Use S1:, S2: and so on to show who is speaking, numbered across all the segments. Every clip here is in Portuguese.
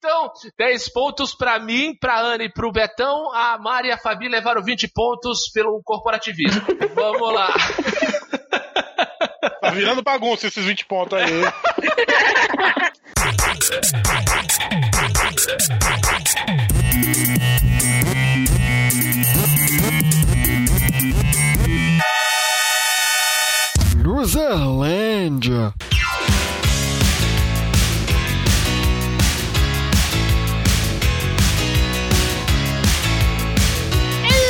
S1: Betão, 10 Então, pontos para mim, para Ana e para o Betão. A Mari e a Fabi levaram 20 pontos pelo corporativismo. Vamos lá.
S2: Tá virando bagunça esses 20 pontos aí.
S3: Luzerlândia.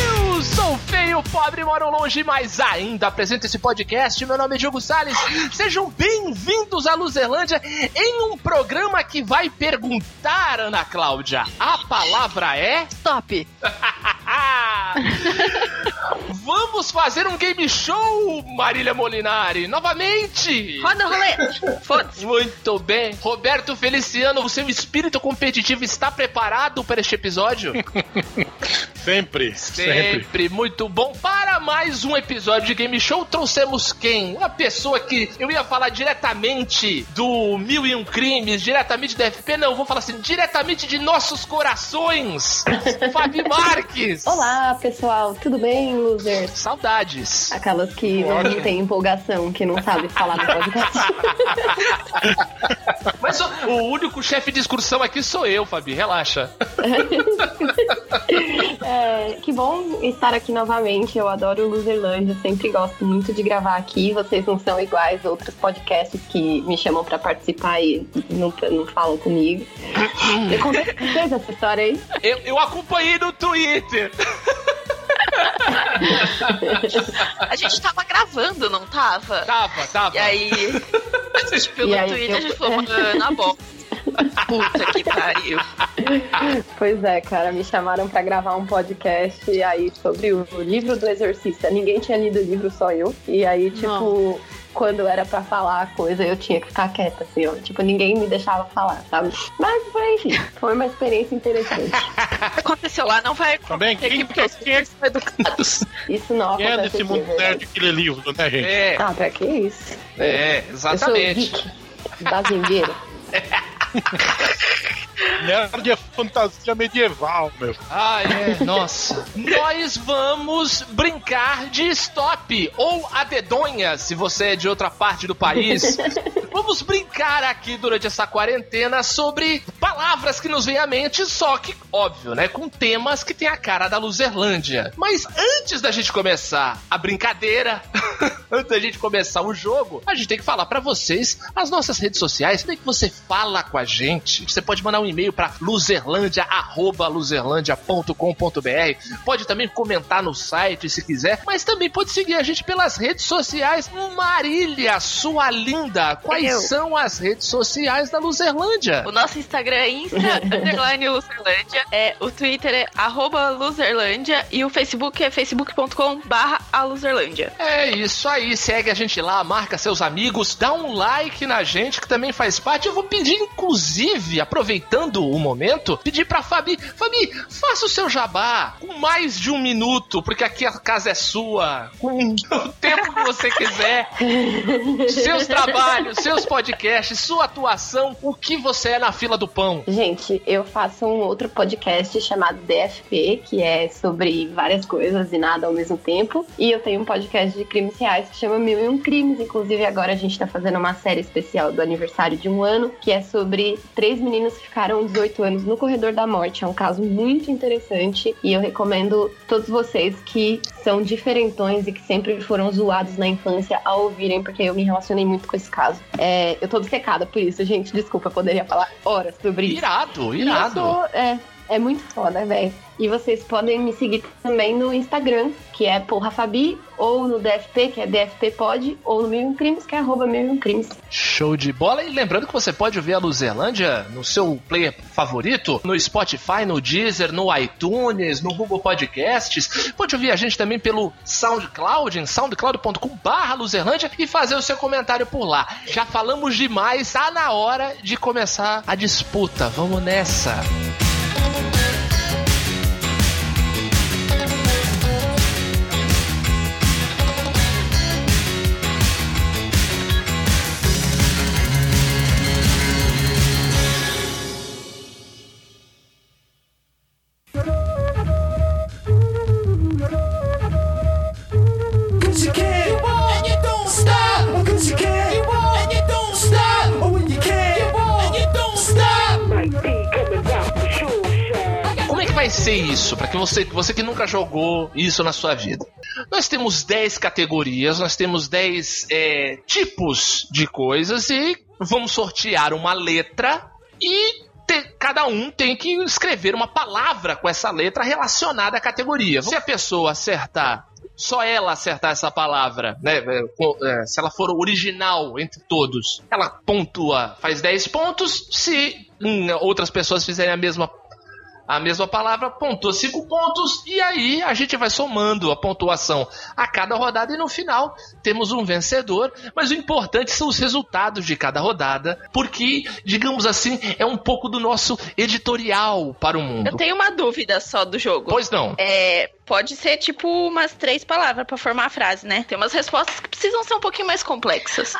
S1: Eu sou feio, pobre, moro longe, mas ainda apresento esse podcast. Meu nome é Diogo Salles. Sejam bem-vindos à Luzerlândia em um programa que vai perguntar, Ana Cláudia. A palavra é.
S4: Stop.
S1: Vamos fazer um game show, Marília Molinari, novamente!
S4: Roda o rolê. Foda-se.
S1: Muito bem. Roberto Feliciano, o seu espírito competitivo está preparado para este episódio?
S2: Sempre, sempre.
S1: Sempre muito bom. Para mais um episódio de Game Show, trouxemos quem? Uma pessoa que eu ia falar diretamente do Mil e Um Crimes, diretamente da FP, não, vou falar assim, diretamente de nossos corações, Fabi Marques.
S5: Olá, pessoal, tudo bem, losers?
S1: Saudades.
S5: Aquelas que não
S2: Ótimo.
S5: têm empolgação, que não sabem falar no podcast.
S1: Mas o, o único chefe de excursão aqui sou eu, Fabi, relaxa.
S5: É, que bom estar aqui novamente. Eu adoro Loserlândia, sempre gosto muito de gravar aqui. Vocês não são iguais outros podcasts que me chamam pra participar e não, não falam comigo. Eu contei pra vocês essa história aí.
S1: Eu, eu acompanhei no Twitter.
S4: A gente tava gravando, não tava?
S1: Tava, tava.
S4: E aí, a gente pelo
S5: E aí,
S4: Twitter, a gente
S5: eu- é.
S4: falou, mano, na bola. Puta que pariu.
S5: Pois é, cara, me chamaram pra gravar um podcast aí sobre o livro do exorcista. Ninguém tinha lido o livro, só eu. E aí, tipo, quando era pra falar a coisa, eu tinha que ficar quieta, assim, ó. Tipo, ninguém me deixava falar, sabe? Mas foi, enfim, foi uma experiência interessante.
S4: Aconteceu lá, não vai acontecer
S2: Também, quem,
S4: aqui, porque os
S2: quem é,
S4: filhos são educados.
S5: Isso não
S2: quem é
S5: acontece
S2: desse
S5: aqui,
S2: mundo
S5: é verdade.
S2: nerd que lê livro, né, gente?
S1: É,
S5: Ah, pra que isso?
S1: é,
S5: Eu sou
S1: exatamente.
S5: geek, bazingueira.
S2: Nerd é fantasia medieval, meu.
S1: Ah, é, nossa. Nós vamos brincar de stop ou a dedonha, se você é de outra parte do país. Vamos brincar aqui durante essa quarentena sobre palavras que nos vêm à mente, só que, óbvio, né? Com temas que tem a cara da Luzerlândia. Mas antes da gente começar a brincadeira, antes da gente começar o jogo, a gente tem que falar pra vocês as nossas redes sociais. Como é que você fala com a gente? Você pode mandar um e-mail pra luzerlandia.com.br. Pode também comentar no site se quiser, mas também pode seguir a gente pelas redes sociais. Marília, sua linda, quais
S4: Eu.
S1: são as redes sociais da Luzerlândia?
S4: O nosso Instagram é insta, underline Luzerlândia. É, o Twitter é arroba Luzerlândia. E o Facebook é facebook.com barra a Luzerlândia.
S1: É isso aí, segue a gente lá, marca seus amigos, dá um like na gente que também faz parte. Eu vou pedir, inclusive, aproveitando o momento, pedir pra Fabi, Fabi, faça o seu jabá com mais de um minuto, porque aqui a casa é sua, com o tempo que você quiser. Seus trabalhos, seus podcasts, sua atuação, o que você é na fila do pão.
S5: Gente, eu faço um outro podcast chamado DFP, que é sobre várias coisas e nada ao mesmo tempo. E eu tenho um podcast de crimes reais que chama Mil e Um Crimes. Inclusive, agora a gente tá fazendo uma série especial do aniversário de um ano, que é sobre três meninos que ficaram 18 anos no corredor da morte. É um caso muito interessante e eu recomendo todos vocês que são diferentões e que sempre foram zoados na infância a ouvirem, porque eu me relacionei muito com esse caso. É, eu tô obcecada por isso, gente. Desculpa, eu poderia falar horas sobre isso.
S1: Irado,
S5: E eu
S1: irado.
S5: sou- é, é muito foda, velho. E vocês podem me seguir também no Instagram, que é Porra Fabi, ou no DFP, que é DFP Pod, ou no Mil e Um Crimes, que é arroba Mil e Um Crimes.
S1: Show de bola. E lembrando que você pode ouvir a Luzerlândia no seu player favorito, no Spotify, no Deezer, no iTunes, no Google Podcasts. Pode ouvir a gente também pelo SoundCloud, em soundcloud.com.br Luzerlândia e fazer o seu comentário por lá. Já falamos demais, tá na hora de começar a disputa. Vamos nessa. Como é que vai ser isso? Para que você, você que nunca jogou isso na sua vida. Nós temos 10 categorias, nós temos 10 é, tipos de coisas e vamos sortear uma letra e te- cada um tem que escrever uma palavra com essa letra relacionada à categoria. Se a pessoa acertar, só ela acertar essa palavra, né? é, co- é, Se ela for original entre todos, ela pontua, faz 10 pontos. Se hum, outras pessoas fizerem a mesma a mesma palavra, pontua 5 pontos, e aí a gente vai somando a pontuação a cada rodada, e no final temos um vencedor. Mas o importante são os resultados de cada rodada, porque, digamos assim, é um pouco do nosso editorial para o mundo.
S4: Eu tenho uma dúvida só do jogo.
S1: Pois não.
S4: É, pode ser tipo umas três palavras pra formar a frase, né? Tem umas respostas que precisam ser um pouquinho mais complexas.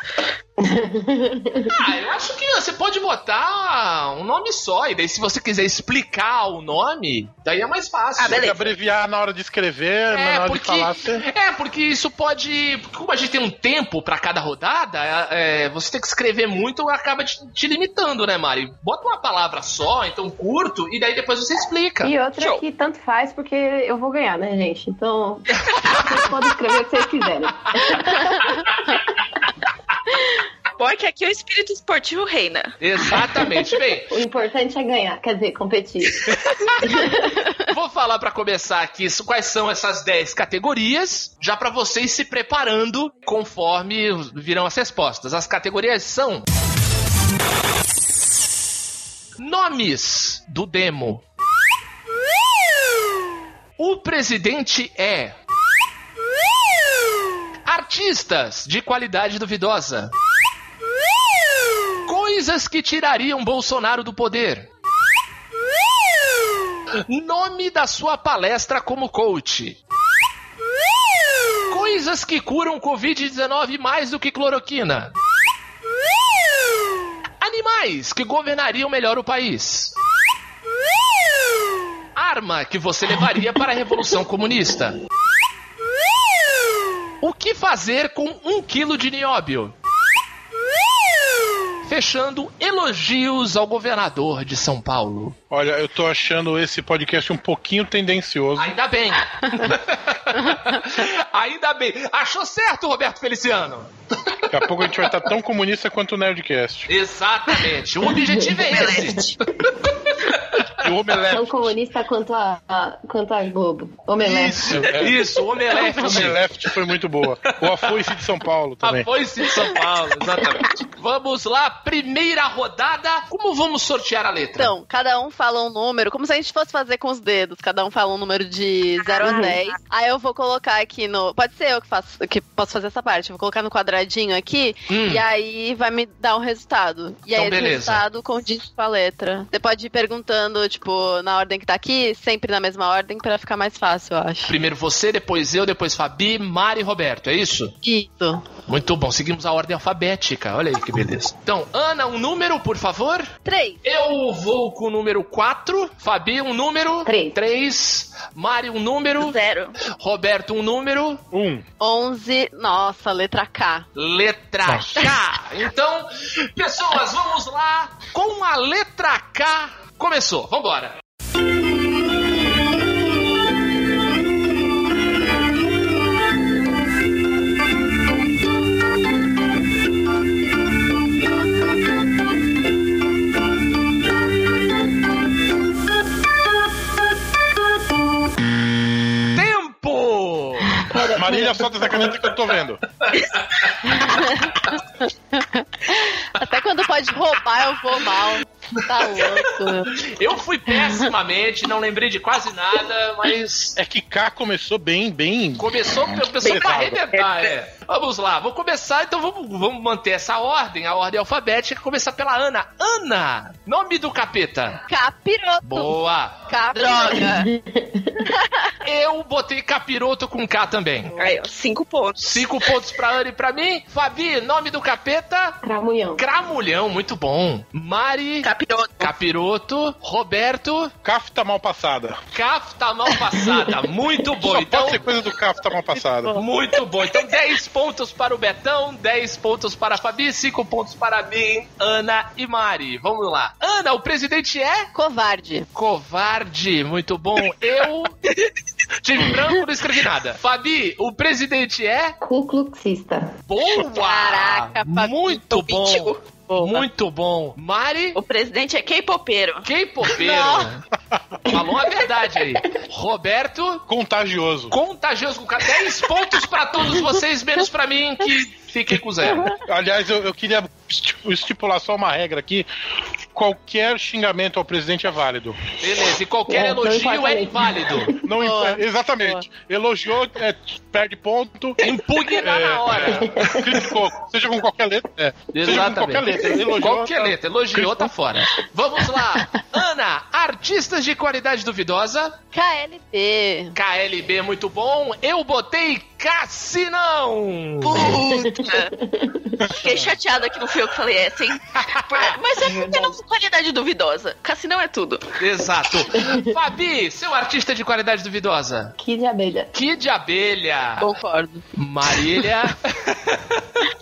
S1: Ah, eu acho que você pode botar um nome só, e daí se você quiser explicar o nome, daí é mais fácil.
S4: Ah,
S2: Tem que
S4: beleza.
S2: abreviar na hora de escrever,
S1: É,
S2: na hora
S1: porque-
S2: de falar, você...
S1: É, porque isso pode. porque Como a gente tem um tempo pra cada rodada, é, é, você tem que escrever muito acaba te, te limitando, né, Mari? Bota uma palavra só, então curto, e daí depois você explica.
S5: E outra
S1: Tá, Show.
S5: que tanto faz, porque eu vou ganhar, né, gente? Então, vocês podem escrever o que vocês quiserem.
S4: Bom, que aqui é o espírito esportivo reina.
S1: Exatamente. Bem,
S5: O importante é ganhar, quer dizer, competir.
S1: vou falar pra começar aqui isso- quais são essas 10 categorias, já pra vocês se preparando conforme virão as respostas. As categorias são. Nomes do demo. O presidente é. Artistas de qualidade duvidosa. Coisas que tirariam Bolsonaro do poder. Nome da sua palestra como coach. Coisas que curam Covid-19 mais do que cloroquina. Animais que governariam melhor o país. Arma que você levaria para a Revolução Comunista. O que fazer com um quilo de nióbio? Fechando elogios ao governador de São Paulo.
S2: Olha, eu tô achando esse podcast um pouquinho tendencioso.
S1: Ainda bem. Ainda bem. Achou certo, Roberto Feliciano?
S2: Daqui a pouco a gente vai estar tão comunista quanto o Nerdcast.
S1: Exatamente. O objetivo é esse.
S2: E o
S5: Tão
S2: Omelete.
S5: comunista quanto a, a- quanto a Globo. Omelete.
S1: Isso,
S2: É.
S1: isso, o Omelete.
S2: O Omelete foi muito boa. O A Foice de São Paulo também.
S1: Apoio-se de Ah, São Paulo, exatamente. vamos lá, primeira rodada. Como vamos sortear a letra?
S3: Então, cada um fala um número, como se a gente fosse fazer com os dedos. Cada um fala um número de 0 a
S5: Uhum.
S3: 10. Aí eu vou colocar aqui no. Pode ser eu que faço, que posso fazer essa parte. Eu vou colocar no quadradinho aqui
S1: Hum,
S3: e aí vai me dar um resultado. E
S1: Então,
S3: aí
S1: beleza.
S3: esse resultado condiz com a letra. Você pode ir perguntando, tipo, na ordem que tá aqui, sempre na mesma ordem, pra ficar mais fácil, eu acho.
S1: Primeiro você, depois eu, depois Fabi, Mari e Roberto, é isso?
S3: Isso.
S1: Muito bom, seguimos a ordem alfabética, olha aí que beleza. Então, Ana, um número, por favor.
S3: 3.
S1: Eu vou com o número 4, Fabi, um número.
S5: Três.
S1: 3. Mari, um número.
S4: Zero.
S1: Roberto, um número.
S2: Um.
S3: 11. Nossa, letra K.
S1: Letra K. Então, pessoas, vamos lá com a letra K. Começou, vambora. Tempo!
S2: Marília, solta essa caneta que eu tô vendo.
S3: Até quando pode roubar, eu vou mal. Tá louco.
S1: Eu fui pessimamente, não lembrei de quase nada, mas
S2: É que K começou bem, bem.
S1: começou, começou pra arrebentar, é. Vamos lá, vou começar, então vamos, vamos manter essa ordem, a ordem alfabética, começar pela Ana. Ana! Nome do capeta.
S3: Capiroto.
S1: Boa!
S3: Capiroto.
S1: Eu botei capiroto com K também.
S4: Aí, ó, cinco pontos.
S1: Cinco pontos pra Ana e pra mim. Fabi, nome do capeta?
S5: Cramunhão.
S1: Cramulhão, muito bom. Mari,
S4: Capiroto.
S1: Capiroto, Roberto,
S2: Cafta tá mal passada.
S1: Cafta mal passada. Muito bom.
S2: Só
S1: Então,
S2: pode ser coisa do Cafta mal passada.
S1: muito bom. Então, 10 pontos para o Betão, 10 pontos para a Fabi, 5 pontos para mim, Ana e Mari. Vamos lá. Ana, o presidente é
S3: Covarde.
S1: covarde. Muito bom. Eu tive branco, não escrevi nada. Fabi, o presidente é
S5: Cucluxista.
S1: boa.
S4: Caraca, Fabi,
S1: Muito bom.
S4: mítico.
S1: Muito bom. Mari,
S4: O presidente é K-popeiro.
S1: K-popeiro. Falou a verdade aí. Roberto,
S2: Contagioso.
S1: contagioso com K. 10 pontos pra todos vocês, menos pra mim, que fiquei com zero.
S2: Aliás, eu, eu queria esti- estipular só uma regra aqui. Qualquer xingamento ao presidente é válido.
S1: Beleza, e qualquer
S5: É, então
S1: elogio
S5: empata
S1: é
S5: aí.
S1: inválido.
S2: Não imp- Exatamente. Elogiou, é, perde ponto.
S1: Impugne lá
S2: É.
S1: Tá na hora.
S2: Criticou. Seja com qualquer letra. É. Seja com
S1: Exatamente.
S2: qualquer letra. Elogiou. ah,
S1: Qualquer letra, elogiou, tá fora. Vamos lá. Ana, artistas de qualidade duvidosa.
S3: KLB.
S1: KLB, muito bom. Eu botei Cassinão.
S4: Puta! Fiquei chateada que não fui eu que falei essa, hein? Por- Mas é porque não qualidade duvidosa. Cassinão é tudo.
S1: Exato. Fabi, seu artista de qualidade duvidosa.
S5: Que de abelha.
S1: Kid Abelha.
S3: Concordo.
S1: Marília.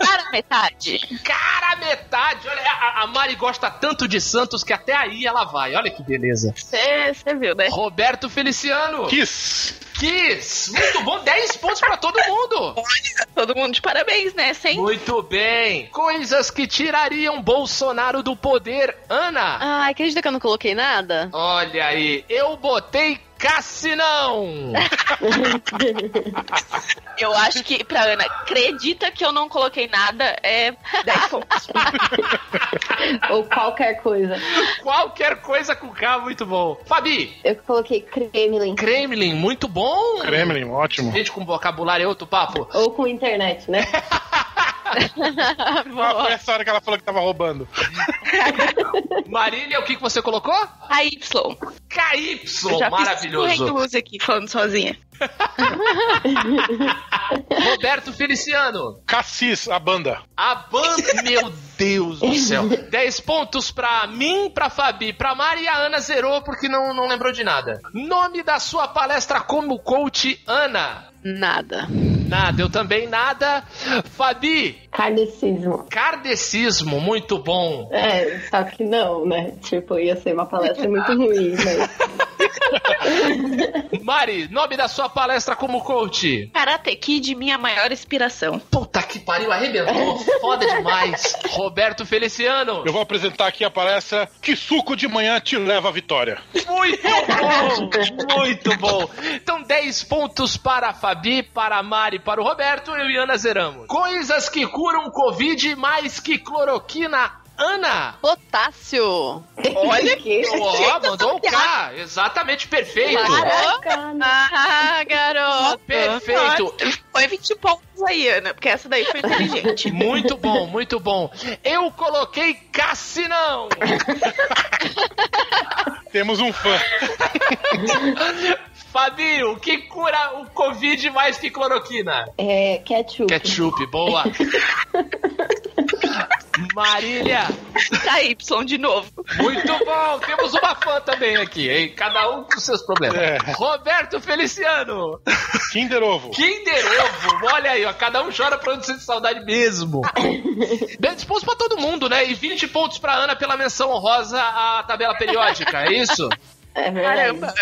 S4: Cara, metade.
S1: Cara, metade. Olha, a, a Mari gosta tanto de Santos que até aí ela vai. Olha que beleza.
S4: Você viu, né?
S1: Roberto Feliciano.
S2: Kiss.
S1: Kiss. Muito bom. 10 pontos pra todo mundo.
S4: Todo mundo de parabéns né? nessa, hein?
S1: Muito bem. Coisas que tirariam Bolsonaro do poder. Ana.
S3: Ah, acredita que eu não coloquei nada?
S1: Olha aí. Eu botei Cassinão.
S4: Eu acho que, pra Ana, acredita que eu não coloquei nada, é 10 pontos.
S5: Ou qualquer coisa.
S1: Qualquer coisa com K, muito bom. Fabi.
S5: Eu coloquei Kremlin.
S1: Kremlin, muito bom.
S2: Kremlin, ótimo.
S1: Gente com vocabulário é outro papo.
S5: Ou com internet, né?
S2: Ah, foi essa hora que ela falou que tava roubando.
S1: Marília, o que, que você colocou?
S4: AY.
S1: KY,
S4: Eu já fiz
S1: maravilhoso.
S4: corrente aqui falando sozinha.
S1: Roberto Feliciano,
S2: Cassis, a banda.
S1: a banda. Meu Deus do céu. 10 pontos pra mim, pra Fabi, pra Mari e a Ana zerou porque não, não lembrou de nada. Nome da sua palestra como coach, Ana.
S3: Nada.
S1: Nada, eu também nada. Fabi,
S5: Kardecismo.
S1: cardecismo, muito bom.
S5: É, só que não, né? Tipo, ia ser uma palestra muito ruim, mas
S1: Mari, nome da sua palestra como coach.
S4: Karate Kid, minha maior inspiração.
S1: Puta que pariu, arrebentou. Foda demais. Roberto Feliciano.
S2: Eu vou apresentar aqui a palestra Que suco de manhã te leva à vitória.
S1: Muito bom! Muito bom! Então, 10 pontos para a Fabi, para a Mari, para o Roberto, eu e Ana zeramos. Coisas que curam Covid mais que cloroquina. Ana!
S3: Potássio.
S5: Olha que
S1: Ó, mandou um K! Exatamente, perfeito!
S5: Caraca,
S3: Ah, garoto.
S1: Perfeito!
S4: Foi 20 pontos aí, Ana, porque essa daí foi inteligente.
S1: Muito bom, muito bom. Eu coloquei Cassinão!
S2: Temos um fã.
S1: Fabi, o que cura o Covid mais que cloroquina?
S5: é ketchup.
S1: Ketchup, boa! Marília!
S4: KY Tá, de novo.
S1: Muito bom! Temos uma fã também aqui, hein? Cada um com seus problemas.
S2: É.
S1: Roberto Feliciano!
S2: Kinder Ovo.
S1: Kinder Ovo! Olha aí, ó. Cada um chora pra onde sente saudade mesmo. Bem disposto pra todo mundo, né? E 20 pontos pra Ana pela menção honrosa à tabela periódica, é isso?
S5: É verdade.
S4: Caramba.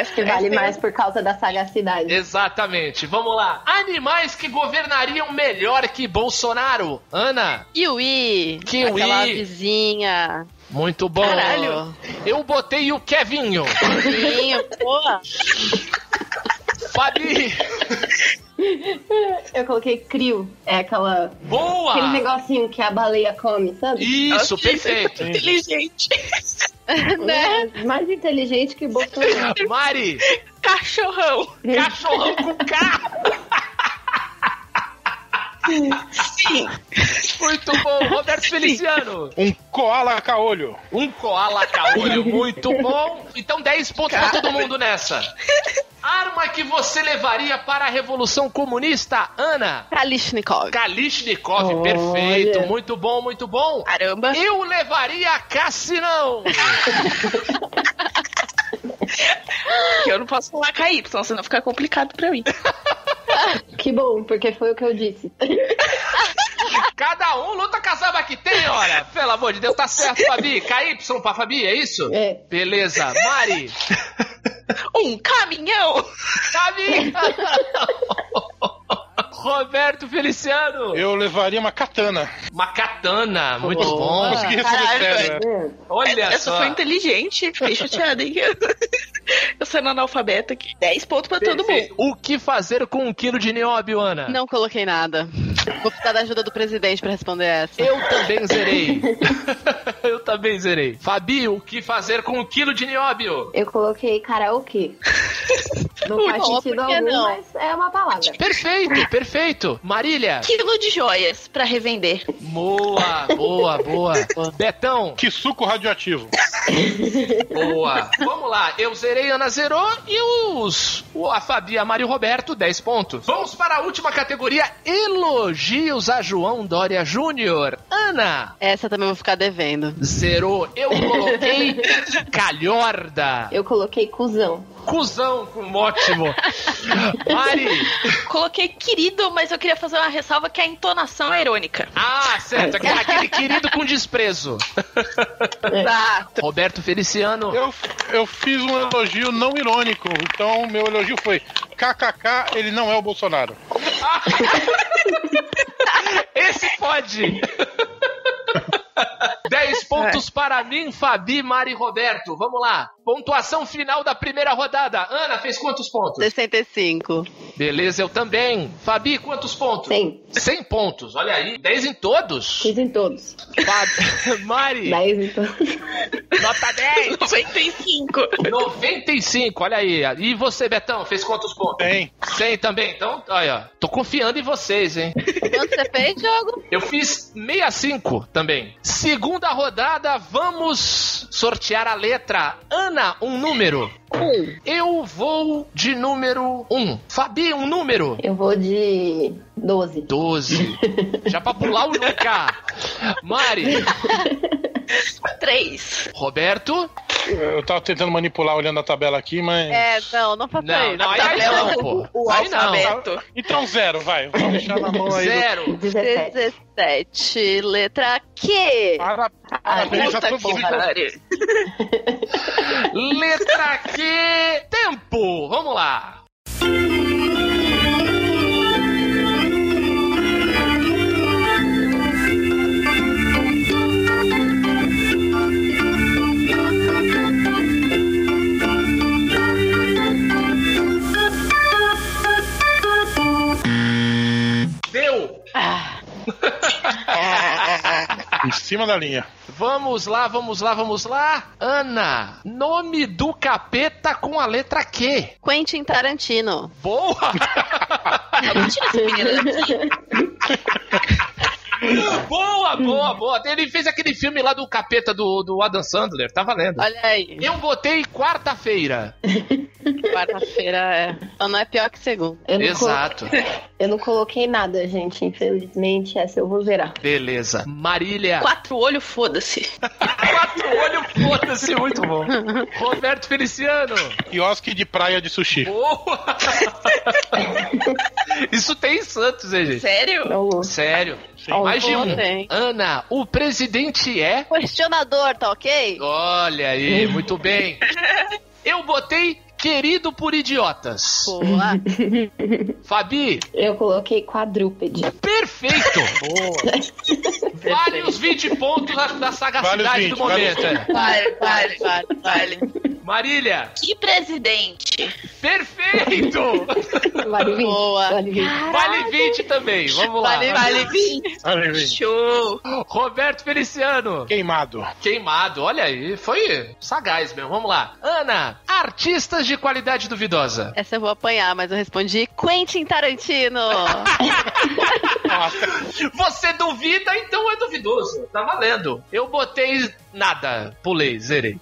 S5: Acho que vale mais por causa da sagacidade.
S1: Exatamente. Vamos lá. Animais que governariam melhor que Bolsonaro. Ana,
S3: Kiwi.
S1: Kiwi.
S3: Aquela vizinha.
S1: muito bom.
S3: Caralho.
S1: Eu botei o Kevinho.
S3: Vizinho, boa.
S1: Fabi,
S5: Eu coloquei crio. É aquela,
S1: boa!
S3: Ah.
S5: aquele negocinho que a baleia come, sabe?
S1: Isso,
S4: Ok.
S1: perfeito.
S4: Inteligente.
S5: Né? Mais inteligente que Bolsonaro.
S1: Mari,
S4: Cachorrão.
S1: cachorrão com K.
S4: Sim.
S1: Muito bom. Roberto Feliciano.
S2: Um koala caolho.
S1: Um koala caolho. Muito bom. Então 10 pontos pra todo mundo nessa. Arma que você levaria para a Revolução Comunista, Ana?
S3: Kalishnikov.
S1: Kalishnikov,
S5: Olha.
S1: perfeito. Muito bom, muito bom.
S4: Caramba.
S1: Eu levaria Cassinão.
S4: que eu não posso falar KY, senão fica complicado pra mim.
S5: Que bom, porque foi o que eu disse.
S1: Cada um luta com as armas que tem, ora. Pelo amor de Deus, tá certo, Fabi. KY pra Fabi, é isso?
S5: É.
S1: Beleza. Mari,
S4: Um caminhão!
S1: Fabi. Roberto Feliciano.
S2: Eu levaria uma katana.
S1: Uma katana, muito
S5: Boa.
S1: bom.
S2: Consegui responder
S4: caralho,
S2: sério.
S4: velho.
S2: né?
S5: Hum,
S1: Olha
S4: Essa
S1: só.
S4: foi inteligente, fiquei chateada, hein? Eu sendo analfabeta aqui. 10 pontos pra todo mundo.
S1: Perfeito. O que fazer com um quilo de nióbio, Ana?
S3: Não coloquei nada. Vou precisar da ajuda do presidente pra responder essa.
S1: Eu também zerei. Eu também zerei. Fabi, o que fazer com um quilo de nióbio?
S5: Eu coloquei karaokê. Não
S4: Ui,
S5: faz
S3: bom,
S5: sentido
S3: por que
S5: algum,
S3: não?
S5: mas é uma palavra.
S1: Perfeito, perfeito. Marília.
S4: Quilo de joias pra revender.
S1: Boa, boa, boa. Betão.
S2: Que suco radioativo.
S1: Boa. Vamos lá. Eu zerei, Ana zerou e os o- a Fabi, a Mário Roberto, 10 pontos. Vamos para a última categoria: elogios a João Dória Júnior. Ana.
S3: Essa também vou ficar devendo.
S1: Zerou. Eu coloquei calhorda.
S5: Eu coloquei cuzão.
S1: Cusão com ótimo. Mari.
S4: Coloquei querido, mas eu queria fazer uma ressalva que a entonação é irônica.
S1: Ah, certo. Aquele, aquele querido com desprezo.
S2: É.
S4: Exato.
S1: Roberto Feliciano.
S2: Eu, eu fiz um elogio não irônico, então meu elogio foi KKK, ele não é o Bolsonaro.
S1: Esse pode! 10 pontos para mim, Fabi, Mari e Roberto. Vamos lá. Pontuação final da primeira rodada. Ana fez quantos pontos?
S3: 65.
S1: Beleza, eu também. Fabi, quantos pontos?
S5: Sim,
S1: 100 pontos, olha aí. 10 em todos.
S5: fiz em todos.
S1: Fabi- Mari,
S5: 10 em todos.
S1: nota 10.
S4: 95.
S1: 95, olha aí. E você, Betão, fez quantos pontos?
S2: Tem.
S1: 100 também. Então, olha, ó, tô confiando em vocês, hein?
S3: Quanto você fez, jogo?
S1: Eu fiz 65 também. Segunda rodada, vamos sortear a letra. Ana, um número.
S3: Um.
S1: Eu vou de número 1. Fabi, um número.
S5: Eu vou de 12.
S1: 12. Já pra pular o nunca. Mari,
S4: 3.
S1: Roberto.
S2: Eu tava tentando manipular olhando a tabela aqui, mas.
S3: É, não, não
S4: Tá
S3: faça
S1: Não,
S3: isso.
S1: não, aí, aí não, pô.
S4: O
S1: Aí não.
S4: alfabeto.
S2: Então zero, vai. Vou deixar na mão aí. do-
S1: Zero.
S5: 17.
S3: 17, é letra Q.
S2: Para-
S5: Ah,
S2: Parabéns, já
S4: Puta
S2: tô
S4: que
S2: bom.
S4: pariu.
S1: Letra Q. Tempo. Vamos lá. Deu.
S2: Em cima da linha.
S1: Vamos lá, vamos lá, vamos lá. Ana, nome do capeta com a letra Q.
S3: Quentin Tarantino.
S1: Boa! boa, boa, boa. Ele fez aquele filme lá do capeta do, do Adam Sandler, tá valendo.
S3: Olha aí.
S1: Eu botei quarta-feira.
S3: Quarta-feira é. Então não é pior que segunda.
S5: Eu não, colo-
S1: Exato.
S5: eu não coloquei nada, gente. Infelizmente, essa eu vou zerar.
S1: Beleza. Marília.
S4: Quatro olhos, foda-se.
S1: Quatro olhos, foda-se, muito bom. Roberto Feliciano.
S2: Quiosque de praia de sushi.
S1: Boa! Isso tem em Santos, hein, gente?
S4: Sério?
S5: Não vou.
S1: Sério.
S2: Sim.
S5: Ó,
S1: Mais de um.
S3: Tem.
S1: Ana, o presidente é.
S3: Questionador, tá ok?
S1: Olha aí, muito bem. Eu botei querido por idiotas.
S3: Boa.
S1: Fabi,
S5: Eu coloquei quadrúpede.
S1: perfeito. Vários 20 pontos da, da sagacidade
S2: Vários
S1: do
S2: 20, vários
S1: momento. é.
S4: Vale, vale, vale, vale.
S1: Marília,
S4: Que presidente?
S1: perfeito.
S5: Vale 20.
S3: Boa.
S5: Vale 20.
S3: Ah!
S1: Vale 20 também. Vamos lá.
S3: Vale,
S4: Vale 20.
S2: Olha aí.
S4: Show.
S1: Roberto Feliciano,
S2: Queimado.
S1: queimado. Olha aí, foi sagaz mesmo. Vamos lá. Ana, artistas de qualidade duvidosa.
S3: Essa eu vou apanhar, mas eu respondi Quentin Tarantino.
S2: Nossa,
S1: Você duvida, então é duvidoso. Tá valendo. Eu botei nada, pulei, zerei.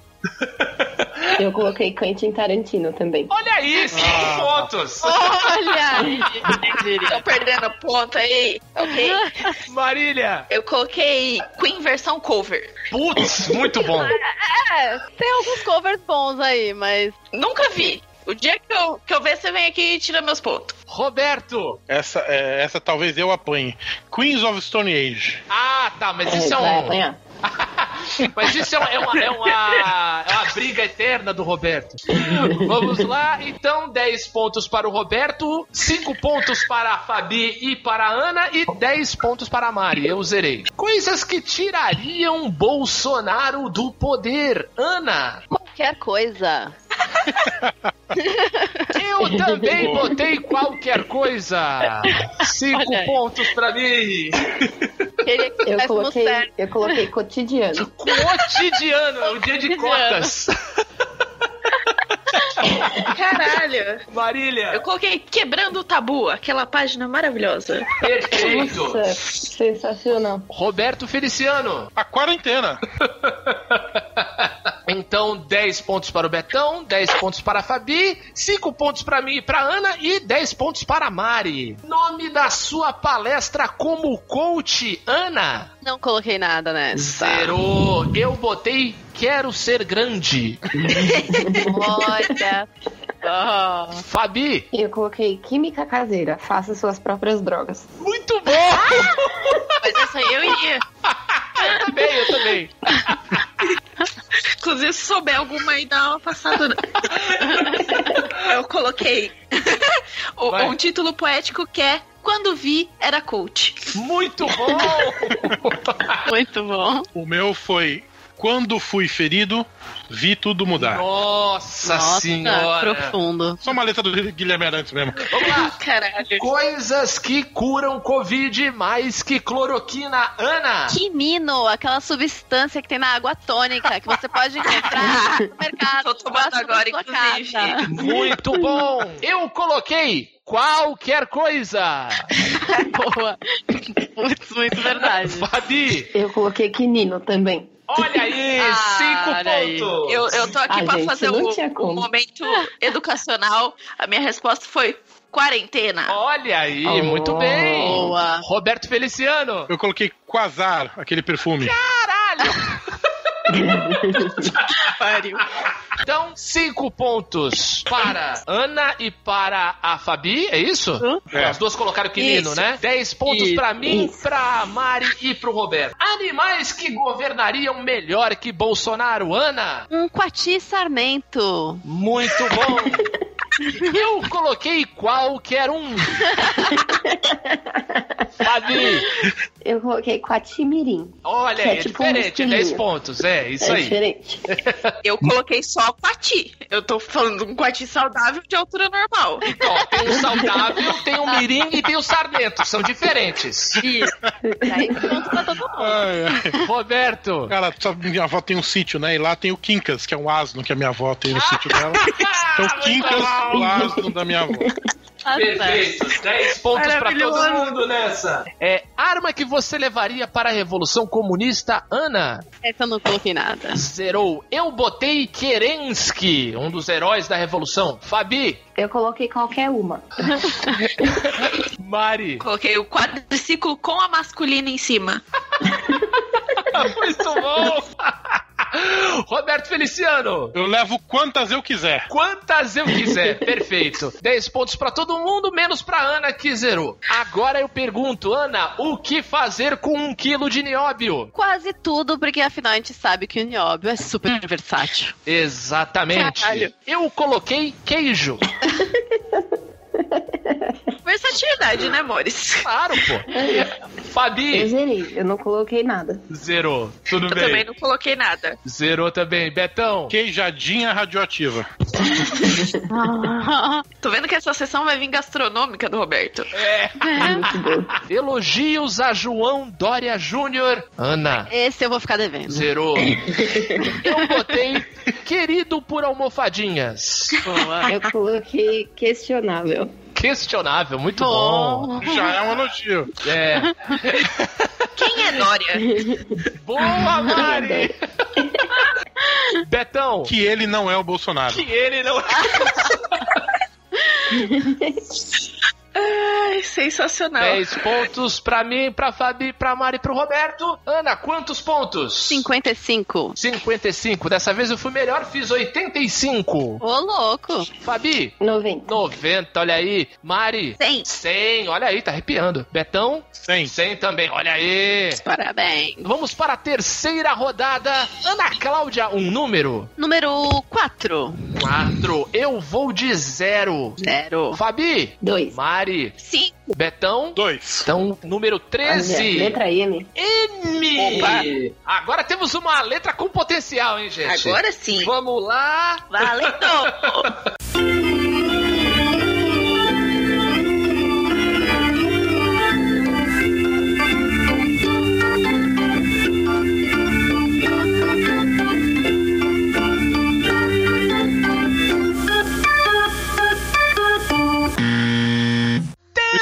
S5: Eu coloquei Quentin Tarantino também.
S1: Olha aí, cinco
S2: Ah.
S1: pontos.
S4: Olha! Tô perdendo ponto aí, ok?
S2: Ah.
S1: Marília.
S4: Eu coloquei Queen versão cover.
S1: Putz, muito bom.
S3: É, tem alguns covers bons aí, mas
S4: Nunca vi. O dia que eu, que eu ver, você vem aqui e tira meus pontos.
S1: Roberto.
S2: Essa, é, essa talvez eu apanhe. Queens of Stone Age.
S1: Ah, tá, mas isso é
S5: vai
S1: um...
S5: apanhar.
S1: Mas isso é uma, é, uma, é, uma, é uma briga eterna do Roberto. Vamos lá, então, 10 pontos para o Roberto, 5 pontos para a Fabi e para a Ana e 10 pontos para a Mari. Eu zerei. Coisas que tirariam Bolsonaro do poder. Ana,
S3: qualquer coisa.
S1: eu também botei qualquer coisa. 5
S3: Olha aí.
S1: pontos para mim.
S3: Queria que
S5: Eu
S3: tivesse no
S5: coloquei,
S3: certo.
S5: eu coloquei cotidiano.
S1: Cotidiano, é o dia de cotas.
S4: Caralho! Eu
S1: Marília,
S4: coloquei Quebrando o Tabu, aquela página maravilhosa.
S1: perfeito.
S5: Nossa, sensacional.
S1: Roberto Feliciano.
S2: A quarentena.
S1: Então, 10 pontos para o Betão, 10 pontos para a Fabi, 5 pontos para mim e para Ana e 10 pontos para a Mari. Nome da sua palestra como coach, Ana?
S3: Não coloquei nada nessa.
S1: Zero. Eu botei quero ser grande.
S3: Olha
S2: Ah.
S3: só.
S1: Fabi,
S5: E eu coloquei química caseira, faça suas próprias drogas.
S1: muito bom.
S4: Mas essa aí eu iria.
S1: eu também, eu também.
S4: Inclusive, se souber alguma aí, dá uma passada. Eu coloquei o-
S1: Vai.
S4: um título poético que é Quando Vi Era Cult.
S1: Muito bom.
S3: Muito bom.
S2: O meu foi Quando Fui Ferido, Vi Tudo Mudar.
S1: Nossa, senhora.
S3: profundo.
S2: Só uma letra do Guilherme Arantes mesmo.
S1: Vamos lá.
S4: Caralho.
S1: Coisas que curam Covid mais que cloroquina, Ana.
S3: Quinino, aquela substância que tem na água tônica, que você pode encontrar no mercado.
S4: Tô tomando
S3: próximo da
S4: agora,
S3: sua
S4: inclusive.
S3: casa.
S1: Muito bom! Eu coloquei qualquer coisa!
S3: É Boa. Putz, muito verdade.
S1: Fabi,
S5: Eu coloquei quinino também.
S1: olha aí!
S3: Ah,
S1: cinco
S3: olha aí.
S1: pontos!
S4: Eu, eu tô aqui
S5: Ah,
S4: pra
S5: gente,
S4: fazer
S5: não
S4: o,
S5: tinha
S4: o
S5: como.
S4: momento educacional. A minha resposta foi quarentena.
S1: Olha aí,
S5: Oh.
S1: muito bem!
S3: Boa.
S1: Roberto Feliciano!
S2: Eu coloquei Quasar, aquele perfume.
S1: Caralho!
S4: Pariu.
S1: Então, cinco pontos para Ana e para a Fabi, é isso?
S2: É.
S1: As duas colocaram o quinino,
S4: Isso.
S1: né? Dez pontos
S3: Isso.
S1: pra mim,
S5: Isso.
S1: pra Mari e pro Roberto. Animais que governariam melhor que Bolsonaro, Ana?
S3: Um quati sarmento.
S1: Muito bom! Eu coloquei qualquer um. Fabi,
S5: Eu coloquei quatimirim.
S1: olha,
S5: Que
S1: é,
S5: é tipo um
S1: diferente, é 10
S5: espinho.
S1: pontos, é isso
S5: é
S1: aí.
S5: diferente.
S4: Eu coloquei só quati. Eu tô falando um quati saudável de altura normal.
S1: Ó, tem o saudável, tem o mirim e tem o sarmento, são diferentes.
S3: Isso. Aí ponto pra todo mundo.
S2: Ai, ai.
S1: Roberto,
S2: Cara, sabe, minha avó tem um sítio, né? E lá tem o Quincas, que é um asno que a minha avó tem no sítio dela. Então,
S1: Ah,
S2: o Quincas,
S1: muito
S2: o asno da minha avó.
S3: Tá certo.
S1: perfeito, 10 pontos pra todo
S4: Maravilhoso.
S1: mundo nessa. É, arma que você levaria para a Revolução Comunista, Ana?
S3: Essa eu não coloquei nada.
S1: Zerou. Eu botei Kerensky, um dos heróis da Revolução. Fabi,
S5: Eu coloquei qualquer uma.
S1: Mari.
S4: Coloquei o quadriciclo com a masculina em cima.
S1: Muito bom! Roberto Feliciano.
S2: Eu levo quantas eu quiser.
S1: Quantas eu quiser, perfeito. 10 pontos pra todo mundo, menos pra Ana que zerou. Agora eu pergunto, Ana, o que fazer com um quilo de nióbio?
S3: Quase tudo, porque afinal a gente sabe que o nióbio é super versátil.
S1: Exatamente.
S4: Caralho.
S1: Eu coloquei queijo.
S4: Versatilidade, né, Mores?
S1: Claro, pô.
S5: Eu
S1: Fabi,
S5: zerei, eu não coloquei nada.
S1: zerou. Tudo
S4: Eu
S1: bem.
S4: também não coloquei nada.
S1: Zerou também. Betão.
S2: Queijadinha radioativa.
S4: Tô vendo que essa sessão vai vir gastronômica do Roberto.
S5: Muito boa.
S1: Elogios a João Dória Júnior. Ana,
S3: Esse eu vou ficar devendo.
S1: zerou. Eu botei querido por almofadinhas.
S5: Eu coloquei questionável.
S1: Questionável, muito bom.
S3: Bom.
S2: Já é um elogio.
S1: É.
S4: Quem é Nória?
S1: Boa, Mari! Betão,
S2: Que ele não é o Bolsonaro.
S1: que ele não é
S4: Ai, sensacional.
S1: 10 pontos pra mim, pra Fabi, pra Mari, pro Roberto. Ana, quantos pontos?
S3: 55.
S1: 55. Dessa vez eu fui melhor, fiz 85.
S3: Ô, louco.
S1: Fabi,
S5: 90.
S1: 90, olha aí. Mari,
S4: 100.
S1: 100, olha aí, tá arrepiando. Betão,
S2: Sem.
S1: 100 também, olha aí.
S3: Parabéns.
S1: Vamos para a terceira rodada. Ana Cláudia, um número?
S3: Número 4.
S1: 4. Eu vou de 0.
S3: Zero.
S1: Fabi,
S5: 2.
S1: Mari,
S4: 5.
S1: Betão.
S2: Dois.
S1: Então, número 13.
S5: Letra M.
S1: M. Agora temos uma letra com potencial, hein, gente?
S4: Agora sim.
S1: Vamos lá.
S4: Valendo!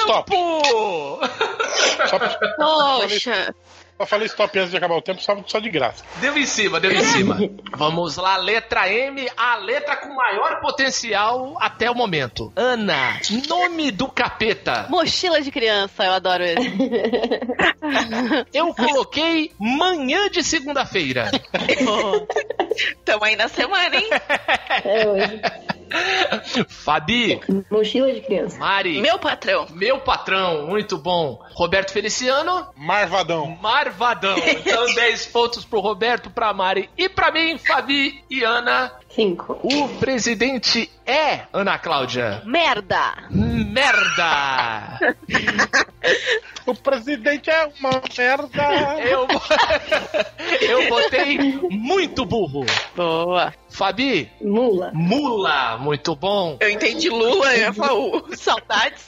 S2: Stop.
S1: Tempo!
S2: Só,
S3: Poxa.
S2: só falei stop antes de acabar o tempo, só, só de graça.
S1: Deu em cima,
S4: É.
S1: deu em cima. Vamos lá, letra M, a letra com maior potencial até o momento. Ana, nome do capeta.
S3: Mochila de criança, eu adoro ele.
S1: Eu coloquei manhã de segunda-feira.
S4: Tamo aí na semana, hein?
S5: É hoje.
S1: Fabi,
S5: Mochila de criança.
S1: Mari, meu...
S4: Meu patrão.
S1: patrão, muito bom. Roberto Feliciano,
S2: Marvadão.
S1: Marvadão. Então 10 pontos pro Roberto, pra Mari e pra mim, Fabi e Ana.
S5: 5.
S1: O presidente é Ana Cláudia.
S3: Merda.
S1: Merda!
S2: O presidente é uma merda.
S1: Eu, eu botei muito burro.
S3: Boa.
S1: Fabi,
S5: Mula.
S1: mula, muito bom.
S4: Eu entendi Lula, eu ia falar o- saudades.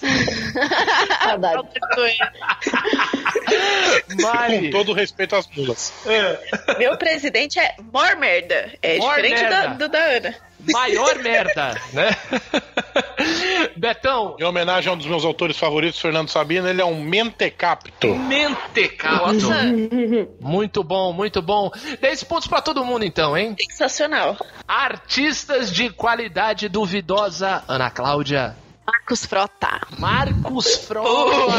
S5: Saudade.
S2: Com
S1: Mari,
S2: todo respeito às mulas.
S4: Meu presidente é mor merda. É
S1: Mor
S4: diferente da-
S1: merda.
S4: do da Ana.
S1: maior merda, né? Betão,
S2: Em homenagem a um dos meus autores favoritos, Fernando Sabino, ele é um mentecapto.
S1: mentecal, adoro. Muito bom, muito bom. 10 pontos pra todo mundo então, hein?
S4: Sensacional.
S1: Artistas de qualidade duvidosa, Ana Cláudia.
S3: Marcos Frota.
S1: Marcos Frota,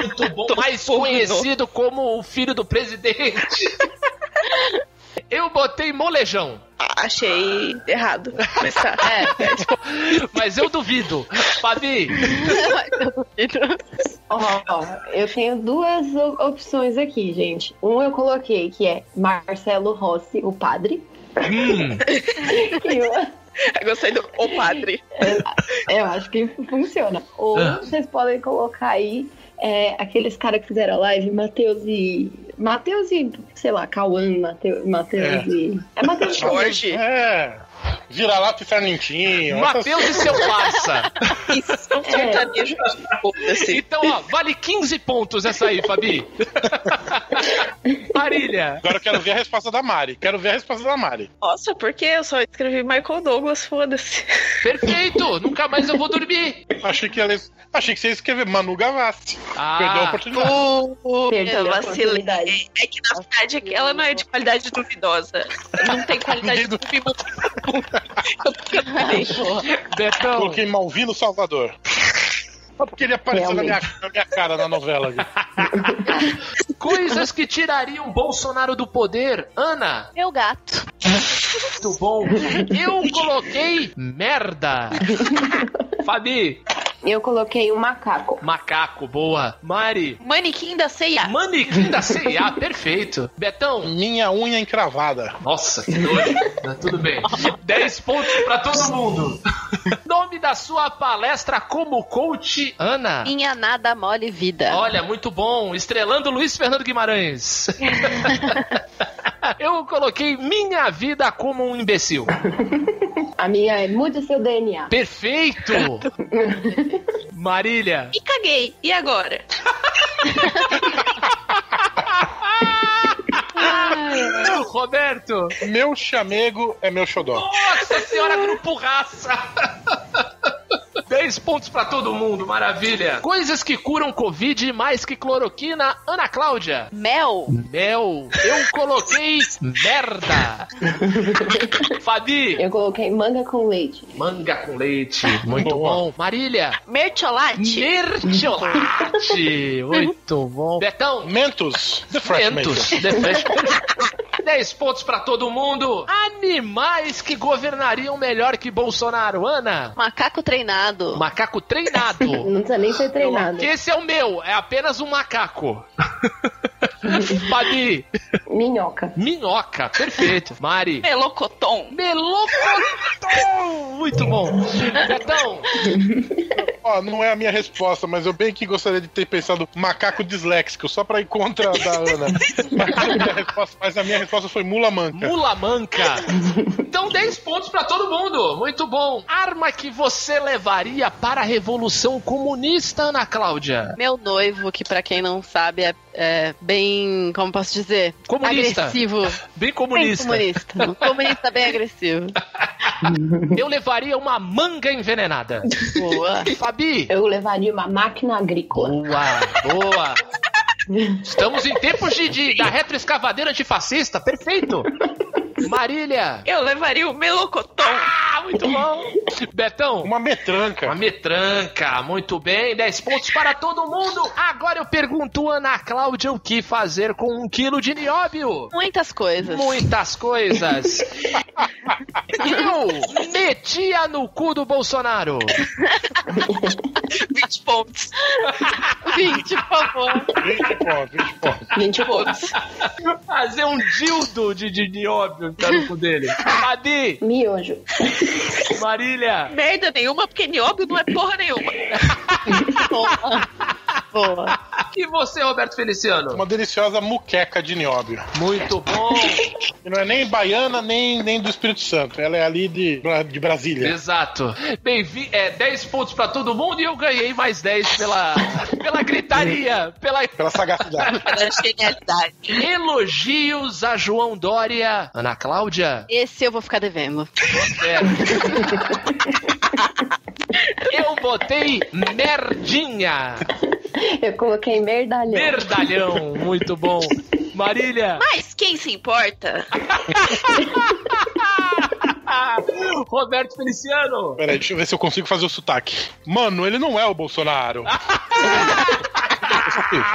S1: muito bom, mais conhecido como o filho do presidente. Eu botei molejão,
S4: Ah, achei errado. Mas tá.
S3: É.
S1: mas eu duvido. Fabi,
S5: Ó, ó, eu tenho duas o- opções aqui, gente. Um eu coloquei que é Marcelo Rossi, o padre. Hum. E o-
S4: Eu gostei do O Padre.
S5: eu acho que funciona. Ou
S1: Ah.
S5: vocês podem colocar aí é, aqueles caras que fizeram a live, Matheus e. Matheus e, sei lá, Cauã, Matheus, Matheus
S2: É.
S5: e. É Matheus e Cauã.
S4: Jorge.
S2: É. Vira lata e fermentinho.
S1: Matheus e seu parça.
S4: Isso, um sertanejo. Foda-se.
S1: Então, ó, vale 15 pontos essa aí, Fabi. Marília.
S2: Agora eu quero ver a resposta da Mari. Quero ver a resposta da Mari.
S4: Nossa, por que eu só escrevi Michael Douglas? Foda-se.
S1: Perfeito, nunca mais eu vou dormir.
S2: Achei que, ela... Achei que você ia escrever Manu Gavassi. Perdeu a
S1: Ah,
S2: oportunidade.
S5: Perdi a
S4: eu vacilei.
S5: oportunidade.
S4: É que na verdade ela não é de qualidade duvidosa. Não tem qualidade
S2: Ninguém
S4: duvidosa. Eu nunca falei.
S1: Betão,
S2: Coloquei Malvino Salvador. Só porque ele apareceu na minha, na minha cara na novela. viu?
S1: coisas que tirariam Bolsonaro do poder. Ana,
S3: Meu gato.
S1: Muito bom. Eu coloquei merda. Fabi,
S5: Eu coloquei um macaco.
S1: macaco, boa. Mari,
S3: Manequim da ceia.
S1: manequim da C&A, perfeito. Betão,
S2: Minha unha encravada.
S1: nossa, que doido. Mas Tudo bem. 10 pontos pra todo mundo. Nome da sua palestra como coach, Ana.
S3: Minha nada mole vida.
S1: Olha, muito bom. Estrelando Luiz Fernando Guimarães. Eu coloquei minha vida como um imbecil.
S5: A minha é mude seu DNA.
S1: Perfeito! Marília.
S4: E caguei. E agora?
S1: Roberto!
S2: Meu chamego é meu xodó.
S1: Nossa senhora, grupo raça! 10 pontos pra todo mundo, maravilha. Coisas que curam Covid mais que cloroquina, Ana Cláudia.
S3: Mel?
S1: Mel, eu coloquei merda. Fabi,
S5: Eu coloquei manga com leite.
S1: manga com leite, muito
S2: Boa.
S1: bom. Marília,
S3: Mertiolate?
S1: mertiolate, muito bom. Betão,
S2: Mentos. The Fresh
S1: Mentos.
S2: Mentos.
S1: The Fresh- 10 pontos pra todo mundo. Animais que governariam melhor que Bolsonaro, Ana.
S3: Macaco treinado.
S1: Macaco treinado.
S5: Não precisa nem ser treinado.
S1: Que esse é o meu, é apenas um macaco. Fabi,
S5: Minhoca.
S1: minhoca, perfeito. Mari,
S4: Melocotom.
S1: melocotão, muito bom. Betão,
S2: Ó, não é a minha resposta, mas eu bem que gostaria de ter pensado macaco disléxico, só pra ir contra a da Ana. Mas a minha resposta- mas a minha resposta foi mula manca.
S1: mula manca. Então 10 pontos pra todo mundo, muito bom. Arma que você levaria para a Revolução Comunista, Ana Cláudia.
S3: Meu noivo, que pra quem não sabe é, é bem, como posso dizer?
S1: Comunista.
S3: Agressivo.
S1: Bem
S3: Bem
S1: comunista.
S3: comunista. Um comunista bem agressivo.
S1: Eu levaria uma manga envenenada.
S3: Boa.
S1: Fabi.
S5: Eu levaria uma máquina agrícola.
S1: Boa, boa. Estamos em tempos de, de- da retroescavadeira antifascista, perfeito. Marília.
S4: Eu levaria o melocotom.
S1: Ah, muito bom. Betão.
S2: Uma metranca.
S1: Uma metranca, muito bem, 10 pontos para todo mundo. Agora eu pergunto, Ana Cláudia, o que fazer com um quilo de nióbio?
S3: Muitas coisas.
S1: Muitas coisas. Eu metia no cu do Bolsonaro.
S4: 20 pontos.
S3: 20, por favor.
S2: 20 pontos, 20 pontos.
S5: Gente, eu
S1: Fazer um dildo de, de nióbio tá no cu dele. Fabi,
S5: Miojo.
S1: Marília.
S4: Merda nenhuma, porque nióbio não é porra nenhuma.
S3: Boa. Boa.
S1: E você, Roberto Feliciano?
S2: Uma deliciosa muqueca de nióbio.
S1: Muito bom.
S2: E Não é nem baiana, nem, nem do Espírito Santo. Ela é ali de, Bra- de Brasília.
S1: Exato. Bem, vi- é, 10 pontos pra todo mundo e eu ganhei mais 10 pela, pela gritaria, pela
S2: Pela sagacidade.
S4: Pela genialidade.
S1: elogios a João Dória. Ana Cláudia?
S3: Esse eu vou ficar devendo.
S1: É. Eu botei merdinha.
S5: Eu coloquei merdalhão.
S1: Merdalhão. Muito bom. Marília.
S4: Mas quem se importa?
S1: Roberto Feliciano.
S2: Peraí, deixa eu ver se eu consigo fazer o sotaque. Mano, ele não é o Bolsonaro.
S1: Ah,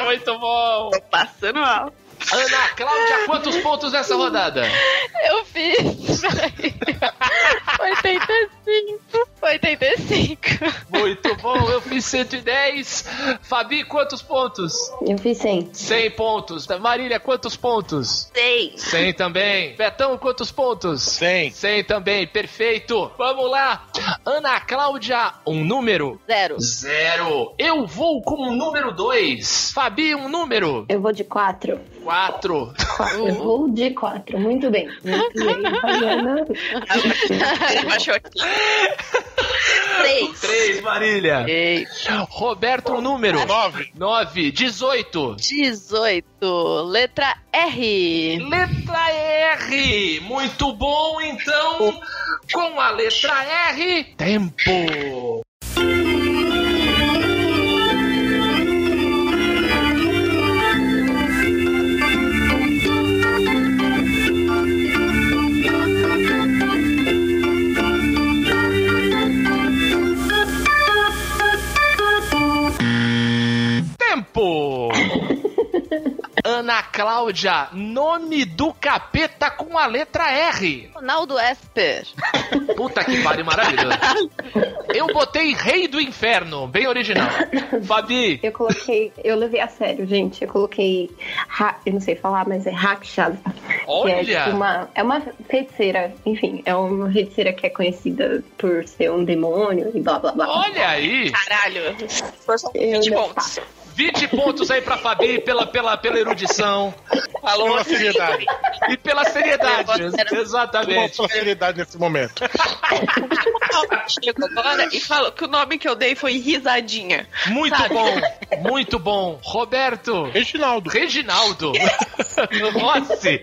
S1: muito bom.
S4: Tô passando mal.
S1: Ana Cláudia, quantos pontos nessa rodada?
S3: Eu fiz. peraí. 85. 85.
S1: Muito bom, eu fiz 110. Fabi, quantos pontos?
S5: Eu fiz 100.
S1: 100 pontos. Marília, quantos pontos?
S4: Sei.
S1: 100 também. Betão, quantos pontos?
S2: 100.
S1: 100 também, perfeito. Vamos lá. Ana Cláudia, um número?
S3: Zero.
S1: Zero. Eu vou com o número 2. Fabi, um número?
S5: Eu vou de 4.
S1: 4.
S5: Eu vou de 4. Muito bem. Muito bem. Mariana.
S4: Baixou aqui. Três.
S1: 3, Marília.
S3: Ei.
S1: Roberto, um número?
S2: 9.
S1: 9. 18.
S3: 18. Letra R.
S1: Letra R. Muito bom, então. Com a letra R, tempo. Tempo. Ana Cláudia, nome do capeta com a letra R.
S3: Ronaldo Esper.
S1: Puta que pariu, maravilhoso. Eu botei Rei do Inferno, bem original. Fabi,
S5: Eu coloquei. Eu levei a sério, gente. Eu coloquei. Ra- eu não sei falar, mas é Rakshasa. Que é, tipo
S1: olha.
S5: uma, é uma feiticeira. Enfim, é uma feiticeira que é conhecida por ser um demônio e blá blá blá.
S1: Olha aí.
S4: Caralho. Força
S5: Eu
S4: 20
S5: ainda
S4: pontos.
S1: 20 pontos aí pra Fabi pela, pela, pela erudição
S2: Pela seriedade.
S1: e pela seriedade.
S3: Eu boto-
S2: Pela
S1: Exatamente.
S2: seriedade nesse momento.
S4: Chego um agora e falo que o nome que eu dei foi risadinha.
S1: Muito bom, muito bom. Roberto,
S2: Reginaldo.
S1: Reginaldo, Rossi,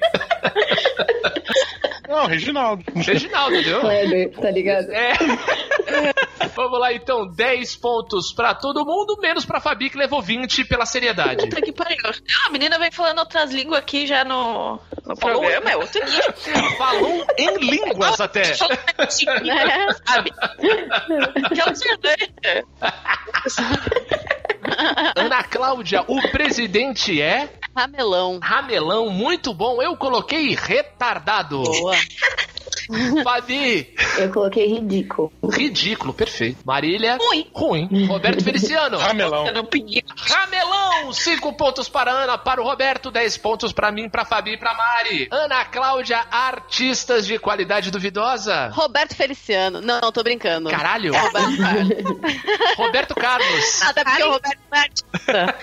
S2: Não, Reginaldo.
S1: Reginaldo, viu?
S5: Kleber, tá ligado?
S1: É. Vamos lá, então. 10 pontos pra todo mundo, menos pra Fabi, que levou 20 pela seriedade.
S4: Puta que pariu. Ah, a menina vem falando outras línguas aqui já no, no programa, é outro nível.
S1: Falou em línguas até.
S4: Só né, sabe? Que é o Zelândia.
S1: Ana Cláudia, o presidente é
S3: Ramelão.
S1: ramelão, muito bom. Eu coloquei retardado.
S3: Boa.
S1: Fabi,
S5: Eu coloquei ridículo.
S1: ridículo, perfeito. Marília,
S4: Ruim.
S1: ruim. Roberto Feliciano.
S2: Ramelão.
S4: Eu não pedi.
S1: Ramelão, 5 pontos para Ana, para o Roberto, 10 pontos para mim, para Fabi e para Mari. Ana Cláudia, artistas de qualidade duvidosa.
S3: Roberto Feliciano. Não, tô brincando.
S1: Caralho.
S3: Roberto Carlos.
S1: Roberto Carlos.
S3: Até porque o Roberto não é artista.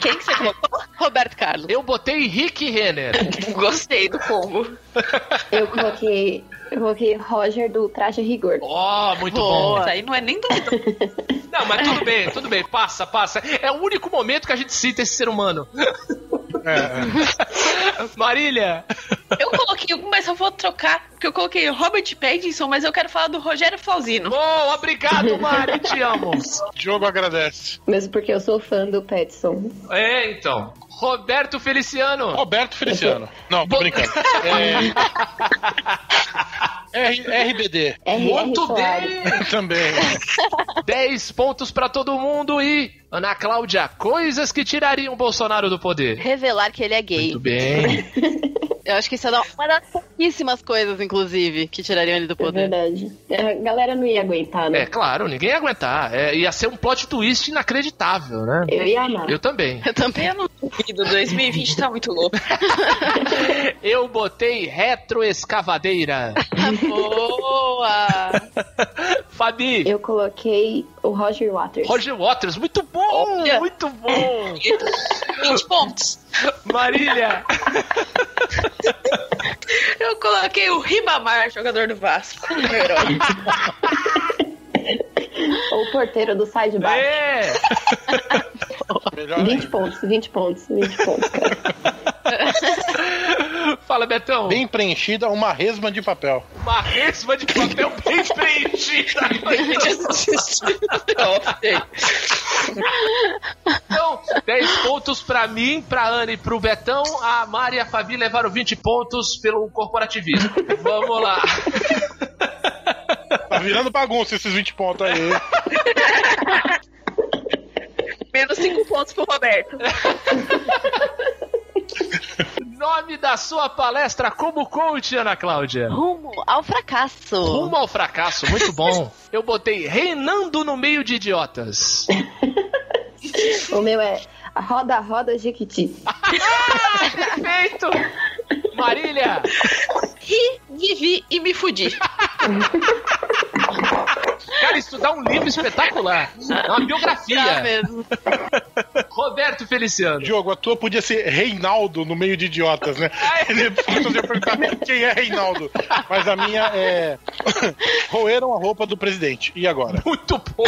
S4: Quem que você colocou?
S3: Roberto Carlos.
S1: Eu botei Rick Renner.
S4: Gostei do combo.
S5: Eu coloquei. Eu coloquei Roger do Traje a Rigor.
S1: Ó, muito bom.
S4: Isso aí não é nem duvido.
S1: Não, mas tudo bem, tudo bem. Passa, passa. É o único momento que a gente cita esse ser humano.
S2: É,
S1: Marília.
S4: Eu coloquei algum, mas eu vou trocar, porque eu coloquei Robert Pattinson, mas eu quero falar do Rogério Flauzino.
S1: Boa, obrigado, Mari. Te amo.
S2: Diogo agradece.
S5: Mesmo porque eu sou fã do Petson.
S1: É, então. Roberto Feliciano.
S2: Roberto Feliciano. Não, tô brincando. É... R- RBD
S5: RR
S1: Muito
S5: Soares.
S1: bem.
S2: também.
S1: 10 pontos pra todo mundo e Ana Cláudia, coisas que tirariam o Bolsonaro do poder.
S3: Revelar que ele é gay.
S1: Muito bem.
S3: Eu acho que isso é uma das pouquíssimas coisas, inclusive, que tirariam ele do
S5: É
S3: poder.
S5: verdade. A galera não ia aguentar, né?
S1: É claro, ninguém ia aguentar. É, ia ser um plot twist inacreditável, né?
S5: Eu ia amar.
S1: Eu também.
S3: Eu também.
S4: Eu não duvido, 2020 tá muito louco.
S1: Eu botei retroescavadeira.
S3: Boa!
S1: Fabi,
S5: Eu coloquei o Roger Waters.
S1: Roger Waters, muito bom,
S4: Olha.
S1: muito bom.
S4: 20 pontos.
S1: Marília,
S4: Eu coloquei o Ribamar, jogador do Vasco.
S5: Ou o porteiro do Side Bar.
S1: é.
S2: Melhor
S5: 20 pontos, 20 pontos, 20 pontos, cara.
S1: Fala, Betão.
S2: Bem preenchida, uma resma de papel.
S1: Uma resma de papel bem preenchida. Então, 10 pontos pra mim, pra Ana e pro Betão. A Mari e a Fabi levaram 20 pontos pelo corporativismo. Vamos lá.
S2: Tá virando bagunça esses 20 pontos aí.
S4: Menos 5 pontos pro Roberto.
S1: Nome da sua palestra como coach, Ana Cláudia.
S3: Rumo ao fracasso.
S1: Rumo ao fracasso, muito bom. Eu botei reinando no meio de idiotas.
S5: O meu é Roda Roda Jequiti.
S1: Perfeito! Marília,
S4: Ri, vivi e me fudi.
S1: cara, isso dá um livro espetacular. É uma
S3: Tá
S1: biografia.
S3: mesmo.
S1: Roberto Feliciano.
S2: Diogo, a tua podia ser Reinaldo no meio de idiotas, né? Depois eu ia perguntar quem é Reinaldo. Mas a minha é. Roeram a roupa do presidente. E agora?
S1: Muito bom.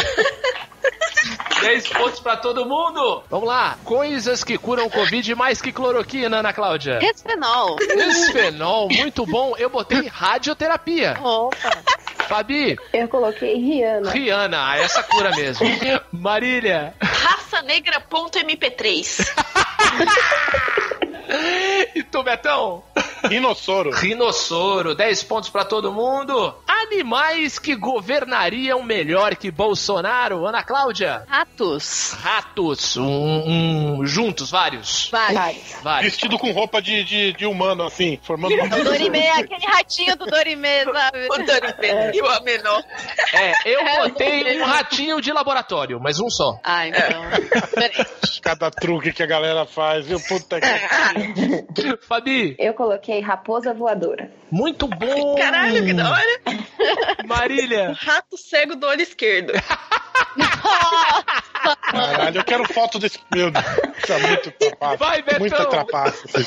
S1: 10 pontos pra todo mundo. Vamos lá. Coisas que curam Covid mais que cloroquina, Ana Cláudia.
S3: Resfenol.
S1: Desfenol, muito bom. Eu botei radioterapia.
S3: Opa.
S1: Fabi,
S5: Eu coloquei Rihanna.
S1: Rihanna, ah, essa cura mesmo. Marília,
S4: Raça negra.mp3.
S1: e tu, Betão?
S2: Rinossoro.
S1: Rinossoro, 10 pontos pra todo mundo. Animais que governariam melhor que Bolsonaro, Ana Cláudia.
S3: Ratos.
S1: Ratos, um, um, juntos, vários.
S3: Vai.
S5: Vários.
S1: Vários.
S2: Vestido com roupa de, de, de humano, assim, formando uma.
S3: Dorimê, aquele ratinho do Dorimê, sabe?
S4: O Dani Pedro e o Amenor.
S1: É, eu botei um ratinho de laboratório, mas um só.
S3: Ah, então.
S2: Cada truque que a galera faz, viu? Puta que.
S1: Fabi,
S5: Eu coloquei Raposa Voadora.
S1: muito bom.
S4: Caralho, que da hora.
S1: Marília.
S4: Rato cego do olho esquerdo.
S2: Caralho, eu quero foto desse. Meu Deus, tá muito trapaça.
S1: Vai, Betão.
S2: Muita trapaça. assim.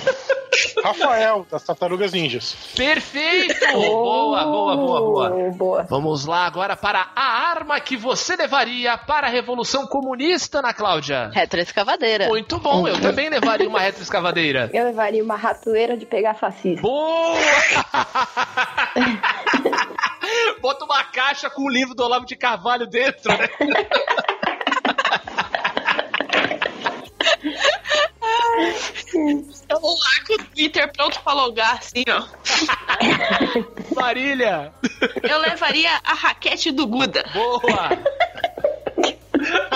S2: Rafael, das Tartarugas Ninjas.
S1: Perfeito! Boa, boa, boa, boa.
S5: Oh, Boa.
S1: Vamos lá agora para a arma que você levaria para a Revolução Comunista, Ana Cláudia.
S4: É.
S3: Retroescavadeira.
S1: Muito bom, eu também levaria uma retroescavadeira.
S5: Eu levaria uma ratoeira de pegar fascista.
S1: Boa! Bota uma caixa com o livro do Olavo de Carvalho dentro, né?
S4: Eu vou lá com o Twitter pronto pra logar, assim, ó.
S1: Marília!
S4: Eu levaria a raquete do Guda.
S1: Boa!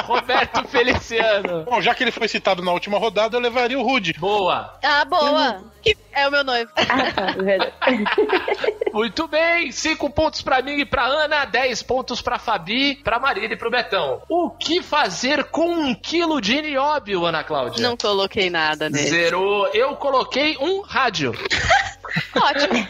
S1: Roberto Feliciano!
S2: Bom, já que ele foi citado na última rodada, eu levaria o Rude.
S1: Boa!
S3: Ah, boa. Que é o meu noivo.
S5: Ah, tá, verdade.
S1: Muito bem! 5 pontos pra mim e pra Ana, 10 pontos pra Fabi, pra Marília e pro Betão. O que fazer com um quilo de nióbio, Ana Cláudia?
S3: Não coloquei nada nele.
S1: Zerou. Eu coloquei um rádio.
S3: Ótimo.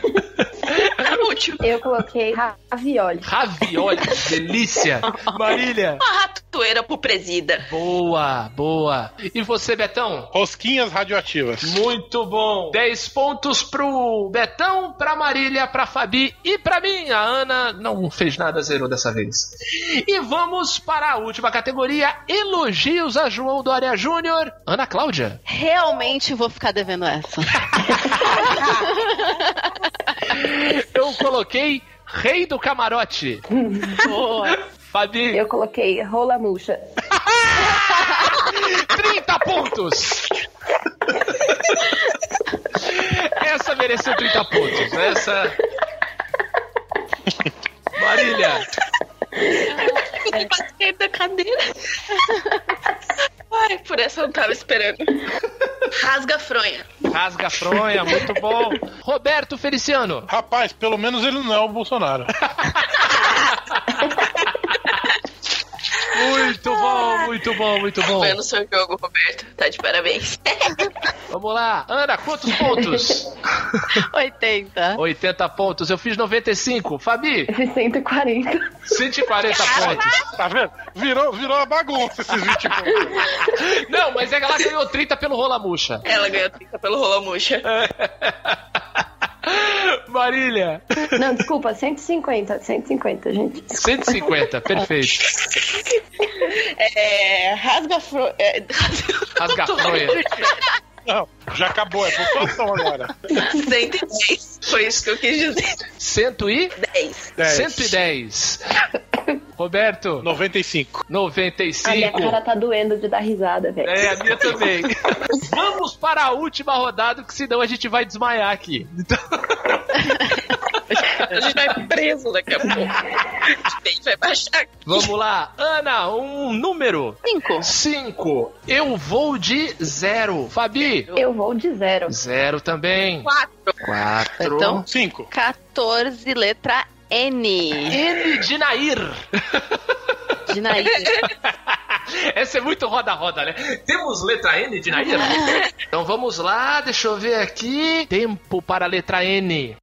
S4: Útil.
S5: Eu coloquei ravioli.
S1: Ravioli, que delícia. Marília.
S4: Uma ratoeira pro presida.
S1: Boa, boa. E você, Betão?
S2: Rosquinhas radioativas.
S1: Muito bom. 10 pontos pro Betão, pra Marília, pra Fabi e pra mim. A Ana não fez nada, zerou dessa vez. E vamos para a última categoria: elogios a João Dória Júnior. Ana Cláudia.
S3: Realmente vou ficar devendo essa.
S1: Eu coloquei Rei do Camarote.
S3: Boa.
S1: Fabi,
S5: Eu coloquei rola murcha.
S1: 30 pontos! Essa mereceu 30 pontos. Essa. Marília,
S4: Eu me batei da cadeira. Ai, por essa eu não tava esperando. Rasga a fronha.
S1: rasga a fronha, muito bom. Roberto Feliciano,
S2: Rapaz, pelo menos ele não é o Bolsonaro.
S1: muito bom, muito bom, muito bom.
S4: Foi no seu jogo, Roberto. Tá de parabéns.
S1: Vamos lá, Ana, quantos pontos?
S3: 80.
S1: 80 pontos, eu fiz 95. Fabi,
S5: Esses 140.
S1: 140 pontos.
S2: Tá vendo? Virou, virou uma bagunça esses 20 pontos.
S1: Não, mas é que ela ganhou 30 pelo rola murcha.
S4: Ela ganhou 30 pelo rolamucha.
S1: É. Marília,
S5: Não, desculpa, 150. 150, gente.
S1: 150, perfeito.
S4: É. Rasga a fronha. É,
S1: Rasga a fronha.
S2: Não, já acabou, é pontuação agora.
S4: 110. Foi isso que eu quis dizer.
S1: 100 e
S4: 10.
S2: 10,
S1: 110. Roberto,
S2: 95.
S5: A minha
S1: 95.
S5: cara tá doendo de dar risada, velho.
S1: É, a minha também. Vamos para a última rodada, que senão a gente vai desmaiar aqui. Então,
S4: A gente vai preso daqui a pouco. A gente vai baixar.
S1: vamos lá. Ana, um número.
S3: 5.
S1: 5. Eu vou de zero. Fabi,
S5: Eu vou de zero.
S1: zero também.
S4: 4.
S1: 4.
S3: Então-
S2: 5.
S3: 14, letra N.
S1: N de Nair.
S3: De nariz.
S1: Essa é muito roda-roda, né? Temos letra N de Nair? Então vamos lá, deixa eu ver aqui. Tempo para a letra N.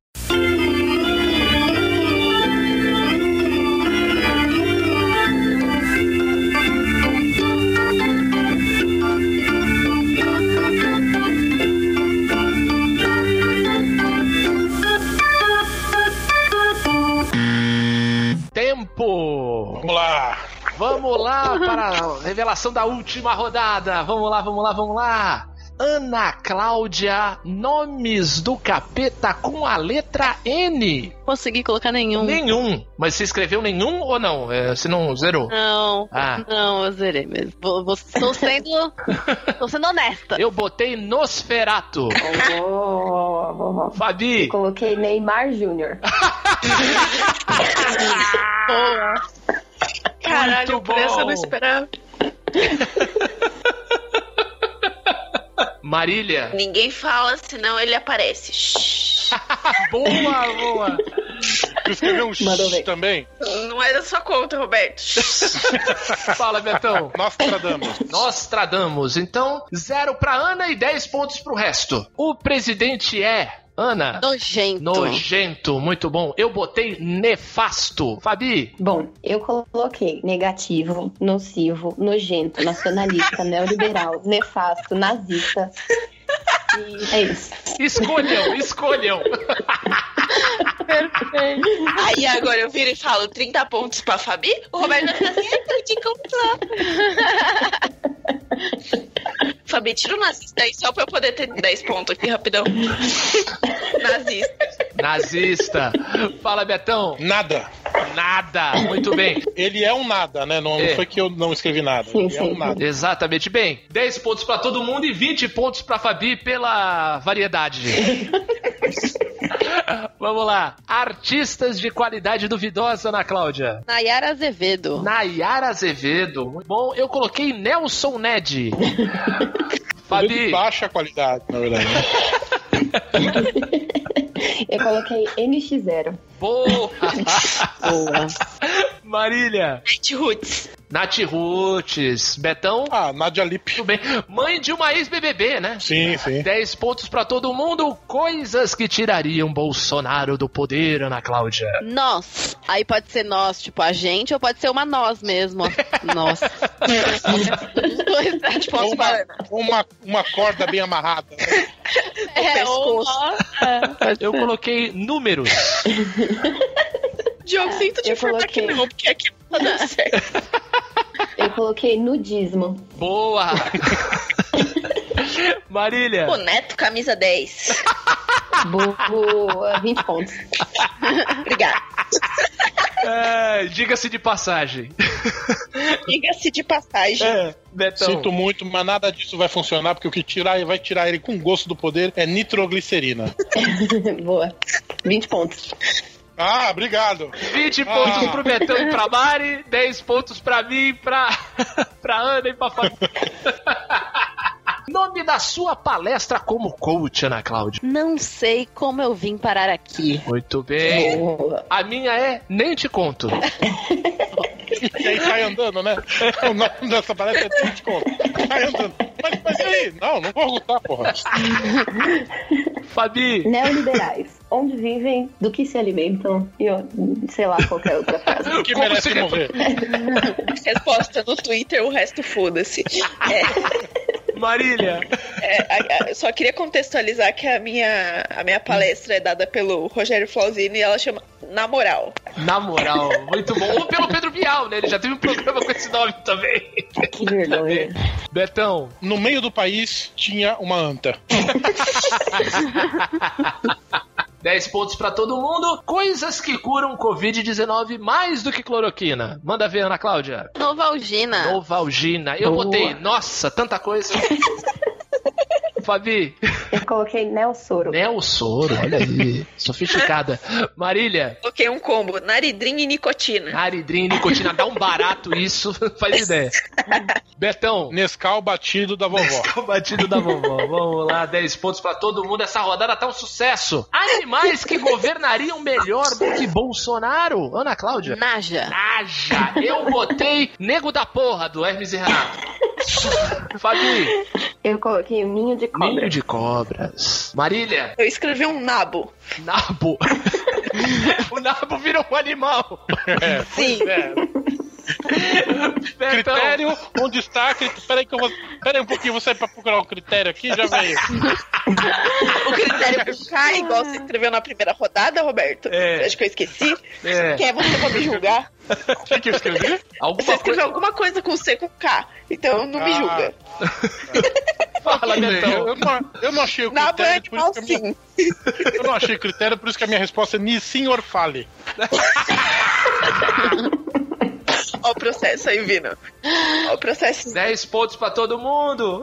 S1: Tempo!
S2: Vamos lá.
S1: Vamos lá para a revelação da última rodada. Vamos lá, vamos lá, vamos lá. Ana Cláudia, nomes do capeta com a letra N.
S3: Consegui colocar nenhum.
S1: Nenhum. Mas você escreveu nenhum ou não? É, você não zerou?
S3: Não.
S1: Ah.
S3: Não, eu zerei mesmo. Vou, vou, tô sendo. tô sendo honesta.
S1: Eu botei Nosferato.
S5: Oh, vou, vou.
S1: Fabi,
S5: Coloquei Neymar Júnior.
S4: Caralho,
S1: Muito
S4: por essa eu
S1: bom.
S4: não esperava.
S1: Marília.
S4: Ninguém fala, senão ele aparece. Shhh.
S1: boa, boa.
S2: Tu escreveu um
S5: Mandou
S2: X
S5: ver.
S2: também?
S4: Não é da sua conta, Roberto.
S1: Fala, Betão.
S2: Nostradamus.
S1: Nós tradamos. Então, zero pra Ana e 10 pontos pro resto. O presidente é. Ana.
S3: Nojento.
S1: Nojento, muito bom. Eu botei nefasto. Fabi,
S5: Bom, eu coloquei negativo, nocivo, nojento, nacionalista, neoliberal, nefasto, nazista. E é isso.
S1: escolham, escolham.
S4: Aí agora eu viro e falo 30 pontos pra Fabi. O Roberto vai ficar assim, "Ai, tô de comprar. Fabi, tira o nazista aí só pra eu poder ter 10 pontos aqui rapidão. nazista.
S1: Nazista. Fala, Betão.
S2: Nada.
S1: Nada. Muito bem.
S2: Ele é um nada, né? Não, não
S1: É.
S2: foi que eu não escrevi nada.
S5: Sim,
S2: Ele é um
S5: sim.
S2: nada.
S1: Exatamente bem. 10 pontos pra todo mundo e 20 pontos pra Fabi pela variedade. Vamos lá. Artistas de qualidade duvidosa, Ana Cláudia.
S3: Nayara Azevedo.
S1: Nayara Azevedo. Muito Bom, eu coloquei Nelson Ned.
S2: Ele é de
S1: Fabi,
S2: baixa qualidade, na verdade. né?
S5: Eu coloquei NX0.
S1: boa.
S3: Boa.
S1: Marília,
S4: Gente, Roots.
S1: Nath Rutes, Betão,
S2: Ah, Nadia Lip.
S1: tudo bem. Mãe de uma ex-BBB, né?
S2: Sim, sim.
S1: 10 pontos pra todo mundo. Coisas que tirariam Bolsonaro do poder, Ana Cláudia.
S3: Nós. Aí pode ser nós, tipo a gente, ou pode ser uma nós mesmo. Nós. Dois, tipo,
S2: Ou
S3: posso
S2: Uma,
S3: falar.
S2: ou uma, uma corda bem amarrada. né?
S3: É, ou
S4: pescoço.
S3: nós.
S1: Eu coloquei números.
S4: Diogo, sinto
S5: Ah,
S4: te
S5: Eu
S4: informar que
S5: coloquei.
S4: não, porque aqui não tá dando certo.
S5: Eu coloquei nudismo.
S1: Boa. Marília,
S6: Boneto, camisa 10.
S5: Boa, 20 pontos.
S6: Obrigada.
S1: é, diga-se de passagem.
S6: Diga-se de passagem.
S1: Betão.
S2: É, Sinto muito, mas nada disso vai funcionar, porque o que tirar vai tirar ele com gosto do poder é nitroglicerina.
S5: Boa. 20 pontos.
S2: Ah, obrigado.
S1: 20 pontos
S2: Ah.
S1: pro Betão e pra Mari, 10 pontos pra mim, pra, pra Ana e pra Fabi. Nome da sua palestra como coach, Ana Cláudia.
S3: Não sei como eu vim parar aqui.
S1: Muito bem.
S5: Boa.
S1: A minha é Nem Te Conto.
S2: E aí sai andando, né? O nome dessa palestra é 20 conto. Sai andando. Mas, mas e aí? Não, não vou lutar, porra.
S1: Fabi,
S5: Neoliberais. Onde vivem, do que se alimentam e ó, sei lá qualquer outra frase.
S2: O que
S1: Como
S2: merece
S1: se-
S2: morrer?
S6: Resposta no Twitter, o resto foda-se.
S1: Marília,
S6: É, a- a- eu só queria contextualizar que a minha, a minha palestra é dada pelo Rogério Flauzino e ela chama Na Moral.
S1: na moral, muito bom. Ou pelo Pedro Bial, né? Ele já teve um programa com esse nome também.
S5: Que vergonha.
S1: Betão,
S2: No meio do país tinha uma anta.
S1: 10 pontos pra todo mundo. Coisas que curam Covid-19 mais do que cloroquina. Manda ver, Ana Cláudia.
S3: Novalgina.
S1: Novalgina. Eu
S5: Boa.
S1: botei, nossa, tanta coisa. Fabi,
S5: Eu coloquei Nelsoro.
S1: Nelsoro, É olha aí, sofisticada. Marília,
S6: Coloquei um combo, naridrim e nicotina.
S1: Aridrim, Nicotina, dá um barato isso, não faz ideia. Betão,
S2: Nescau batido da vovó.
S1: o batido da vovó. Vamos lá, 10 pontos pra todo mundo. Essa rodada tá um sucesso. Animais que governariam melhor do que Bolsonaro. Ana Cláudia.
S3: Naja.
S1: Naja, eu botei nego da porra do Hermes e Renato. Fabi,
S5: Eu coloquei o ninho de cobra.
S1: Ninho de cobras. Marília,
S6: Eu escrevi um nabo.
S1: nabo. o nabo virou um animal.
S6: Sim.
S2: É,
S1: Betão,
S2: Então, Critério, onde está? Cri- Peraí que eu vou. Peraí um pouquinho, você pra procurar o critério aqui, já veio.
S6: O critério pro K, igual você escreveu na primeira rodada, Roberto.
S1: É.
S6: Acho que eu esqueci.
S1: É.
S6: Quem é você pra me julgar?
S2: O que, que eu escrevi?
S6: Você
S1: alguma
S6: escreveu
S1: coisa.
S6: alguma coisa com C com K. Então não me
S2: Ah.
S6: julga.
S1: Fala, né, então?
S2: Eu,
S1: Betão.
S2: eu não, eu não achei o
S6: Nabo é
S2: critério, por isso
S6: animal,
S2: que a minha,
S6: sim.
S2: eu não achei o critério, por isso que a minha resposta é ni senhor fale.
S6: Ó o processo aí, Vino. Ó o processo.
S1: 10 pontos pra todo mundo.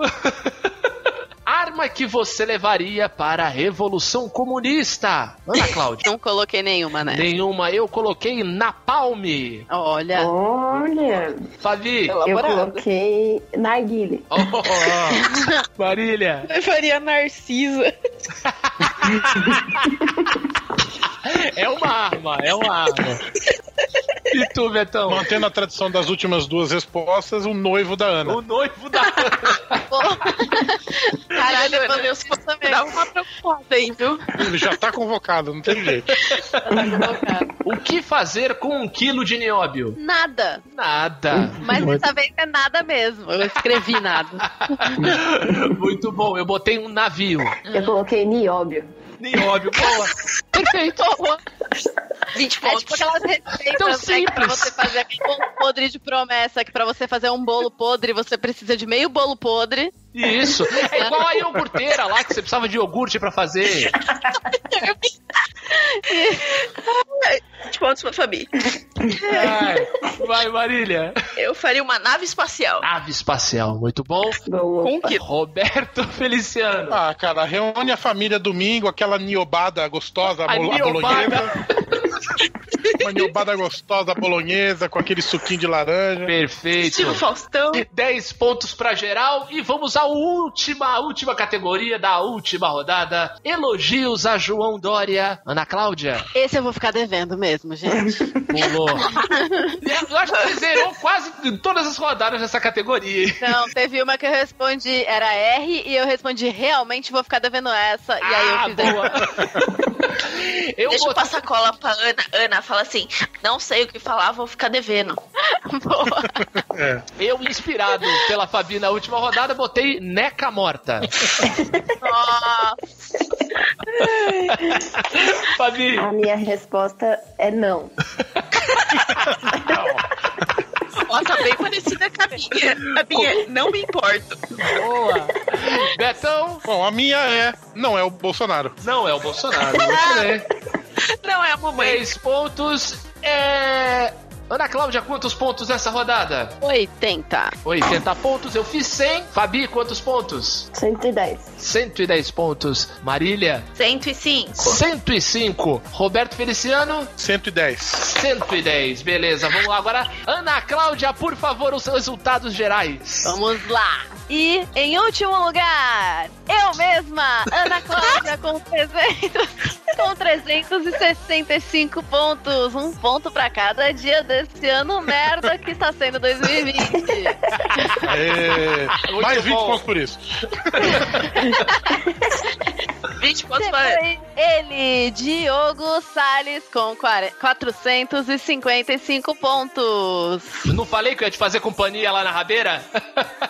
S1: Arma que você levaria para a Revolução Comunista. Ana Cláudia.
S3: Não coloquei nenhuma, né?
S1: Nenhuma, eu coloquei Napalm. É.
S3: Olha.
S5: Olha,
S1: Fabi.
S5: eu
S6: Elaborado.
S5: coloquei narguile.
S1: Oh, Marília.
S6: Levaria a Narcisa.
S1: É uma arma, é uma arma. E tu, Betão?
S2: Mantendo a tradição das últimas duas respostas, o noivo da Ana.
S1: O noivo da
S3: Caralho, eu mandei os
S4: Dá uma preocupada aí, viu?
S2: Ele já tá convocado, não tem jeito.
S3: colocados.
S1: O que fazer com um quilo de nióbio?
S3: Nada.
S1: Nada.
S3: Mas dessa vez é nada mesmo. Eu escrevi nada.
S1: Muito bom, eu botei um navio.
S5: Eu coloquei nióbio.
S1: Nióbio, boa. Perfeito.
S4: 20
S3: É
S4: pontos.
S3: tipo aquelas
S1: Tão
S3: receitas né, que pra
S1: simples.
S3: você fazer aquele bolo podre de promessa, que pra você fazer um bolo podre, você precisa de meio bolo podre.
S1: Isso. É igual a iogurteira lá, que você precisava de iogurte pra fazer.
S6: 20 pontos pra Fabi.
S1: Ai, vai, Marília.
S4: Eu faria uma nave espacial.
S1: Ave espacial, muito bom.
S5: Boa.
S6: Com que?
S1: Roberto Feliciano.
S2: Ah, cara, reúne a família domingo, aquela niobada gostosa,
S1: A
S2: bolo- a
S1: Niobada.
S2: bolonhesa. Uma niobada gostosa, bolonhesa, com aquele suquinho de laranja.
S1: Perfeito.
S6: Tipo
S4: Estilo Faustão.
S1: 10 pontos pra geral e vamos à última, última categoria da última rodada. Elogios a João Dória. Ana Cláudia,
S3: Esse eu vou ficar devendo mesmo, gente.
S1: pulou. Eu acho que você zerou quase todas as rodadas dessa categoria.
S3: Não, teve uma que eu respondi, era R, e eu respondi, realmente vou ficar devendo essa. E aí eu
S1: ah,
S3: fiz
S1: boa. Eu
S4: Deixa eu
S1: botei-
S4: passar cola pra Ana. Ana fala assim: não sei o que falar, vou ficar devendo.
S3: boa.
S2: É.
S1: Eu, inspirado pela Fabi na última rodada, botei Neca Morta. Fabi,
S5: A minha resposta é não.
S6: Ela tá bem parecida com a minha. A minha, não me importo.
S1: boa. Betão,
S2: Bom, a minha é. Não, é o Bolsonaro.
S1: não é o Bolsonaro. Muito bem.
S4: Não é a mamãe.
S1: 10 pontos. É. Ana Cláudia, quantos pontos nessa rodada?
S3: 80.
S1: 80 pontos, eu fiz 100. Fabi, quantos pontos?
S5: 110.
S1: 110 pontos. Marília,
S4: 105.
S1: 105. Roberto Feliciano,
S2: 110.
S1: 110. Beleza, vamos lá agora. Ana Cláudia, por favor, os resultados gerais.
S3: Vamos lá. E, em último lugar, eu mesma, Ana Cláudia, com 300, com 365 pontos. Um ponto pra cada dia desse ano merda que está sendo 2020.
S2: Aê.
S1: Muito
S2: É, Mais 20
S1: bom.
S2: pontos por isso.
S4: 20 pontos pra Ana.
S3: Depois, ele, Diogo Salles, com 40 455 pontos.
S1: Não falei que eu ia te fazer companhia lá na rabeira?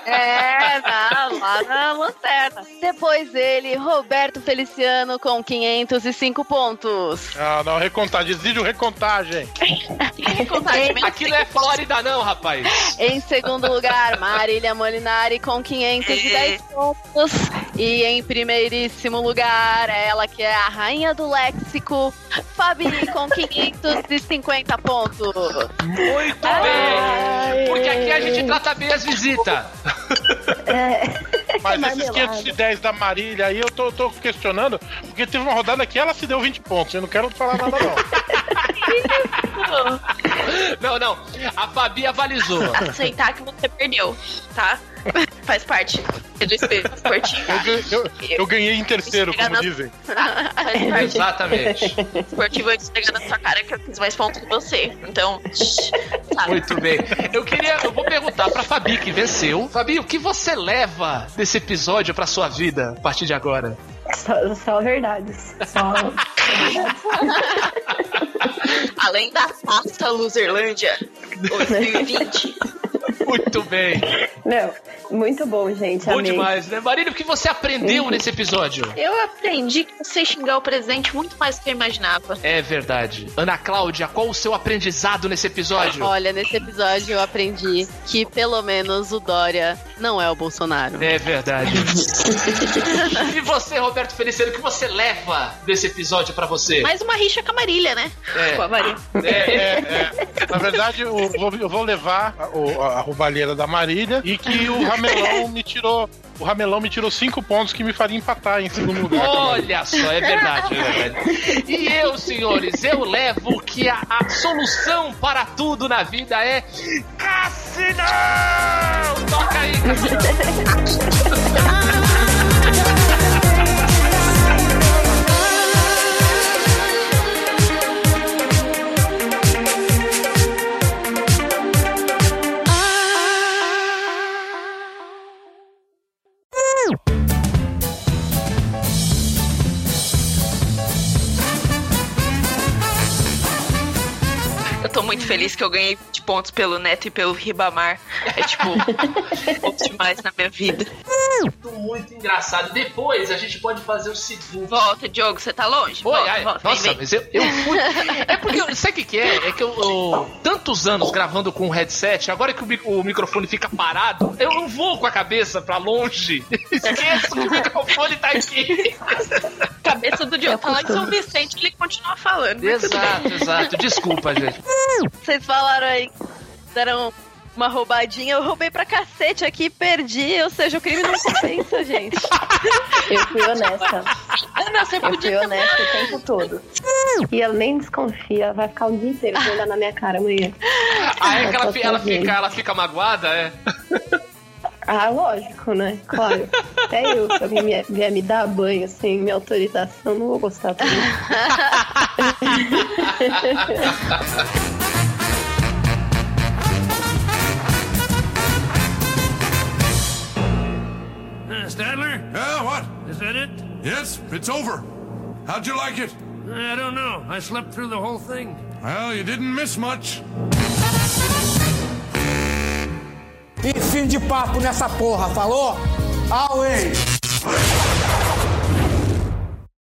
S3: É, na, lá na lanterna. Depois ele, Roberto Feliciano, com 505 pontos.
S2: Ah, não, recontagem. Exige um recontagem.
S4: Contagem menos
S1: Aqui não é Flórida, não, rapaz.
S3: Em segundo lugar, Marília Molinari, com 510 pontos. E em primeiríssimo lugar, ela que é a rainha do léxico, Fabi, com 550 pontos.
S1: Muito
S5: Ai.
S1: bem. Porque aqui a gente trata bem as visitas.
S5: É,
S2: Mas
S5: Marmelada.
S2: esses 510 da Marília aí eu tô, tô questionando, porque teve uma rodada que ela se deu 20 pontos. Eu não quero falar nada, não.
S1: Não, não. A Fabi avalizou.
S4: aceitar que você perdeu, tá? Faz parte É do esportivo.
S2: Eu, ganhei- eu- eu ganhei em terceiro, como dizem.
S4: Faz parte do
S1: Exatamente.
S4: esportivo eu esfregando na sua cara que eu fiz mais pontos que você. Então, sabe?
S1: Muito bem. Eu queria. Eu vou perguntar pra Fabi, que venceu. Fabi, o que você leva desse episódio pra sua vida a partir de agora?
S5: só, só verdades. Só.
S4: Além da taça Luzerlândia 2020.
S1: Muito bem.
S5: Não, muito bom, gente.
S1: Bom
S5: amei.
S1: demais, né? Marília, o que você aprendeu nesse episódio?
S4: Eu aprendi que eu sei xingar o presente muito mais do que eu imaginava.
S1: É verdade. Ana Cláudia, qual o seu aprendizado nesse episódio?
S3: Olha, nesse episódio eu aprendi que pelo menos o Dória não é o Bolsonaro.
S1: É verdade. e você, Roberto Feliciano, o que você leva desse episódio pra você?
S4: Mais uma rixa com a Marília, né? Com a Marília.
S1: É, é,
S2: É, é. Na verdade, eu vou, eu vou levar a, o- a roubalheira da Marília e que o Ramelão me tirou. O Ramelão me tirou 5 pontos que me faria empatar em segundo lugar.
S1: Olha só, é verdade, é verdade. E eu, senhores, eu levo que a, a solução para tudo na vida é Cassinão! Toca aí, Cassinão!
S4: Eu tô muito feliz que eu ganhei de pontos pelo Neto e pelo Ribamar. É tipo, pontos demais na minha vida.
S1: Muito, muito engraçado. Depois a gente pode fazer o seguinte.
S4: Volta, Diogo, você tá longe?
S1: Oi,
S4: volta,
S1: ai,
S4: volta.
S1: nossa,
S4: vem, vem.
S1: mas eu, eu fui. É porque, eu- sabe o que, que é? É que eu, eu- Tantos anos gravando com o headset, agora que o, mi- o microfone fica parado, eu não vou com a cabeça pra longe. Esqueço que o microfone tá aqui.
S4: Cabeça do Diogo.
S5: É
S4: Falar em São
S5: costume.
S4: Vicente, ele continua falando. mas tudo bem.
S1: Exato, exato. Desculpa, gente.
S3: Vocês falaram aí que deram uma roubadinha. Eu roubei pra cacete aqui e perdi. Ou seja, o crime não compensa, gente.
S5: Eu fui honesta.
S1: Ah,
S4: Ana, você
S5: Eu fui
S4: podia ter
S5: honesta o tempo todo. E ela nem desconfia, vai ficar o dia inteiro pra olhar na minha cara amanhã.
S1: Aí é que ela, fi- ela fica, ela fica magoada, é?
S5: Ah, lógico, né? Claro. Até eu, se alguém vier- vier me dar banho sem minha autorização, não vou gostar também.
S7: Uh, Stadler,
S8: Yeah, what?
S7: is that it?
S8: Yes, it's over. How'd you like it?
S7: I don't know. I slept through the whole thing.
S8: Well, you didn't miss much.
S9: E fim de papo nessa porra, falou? Away!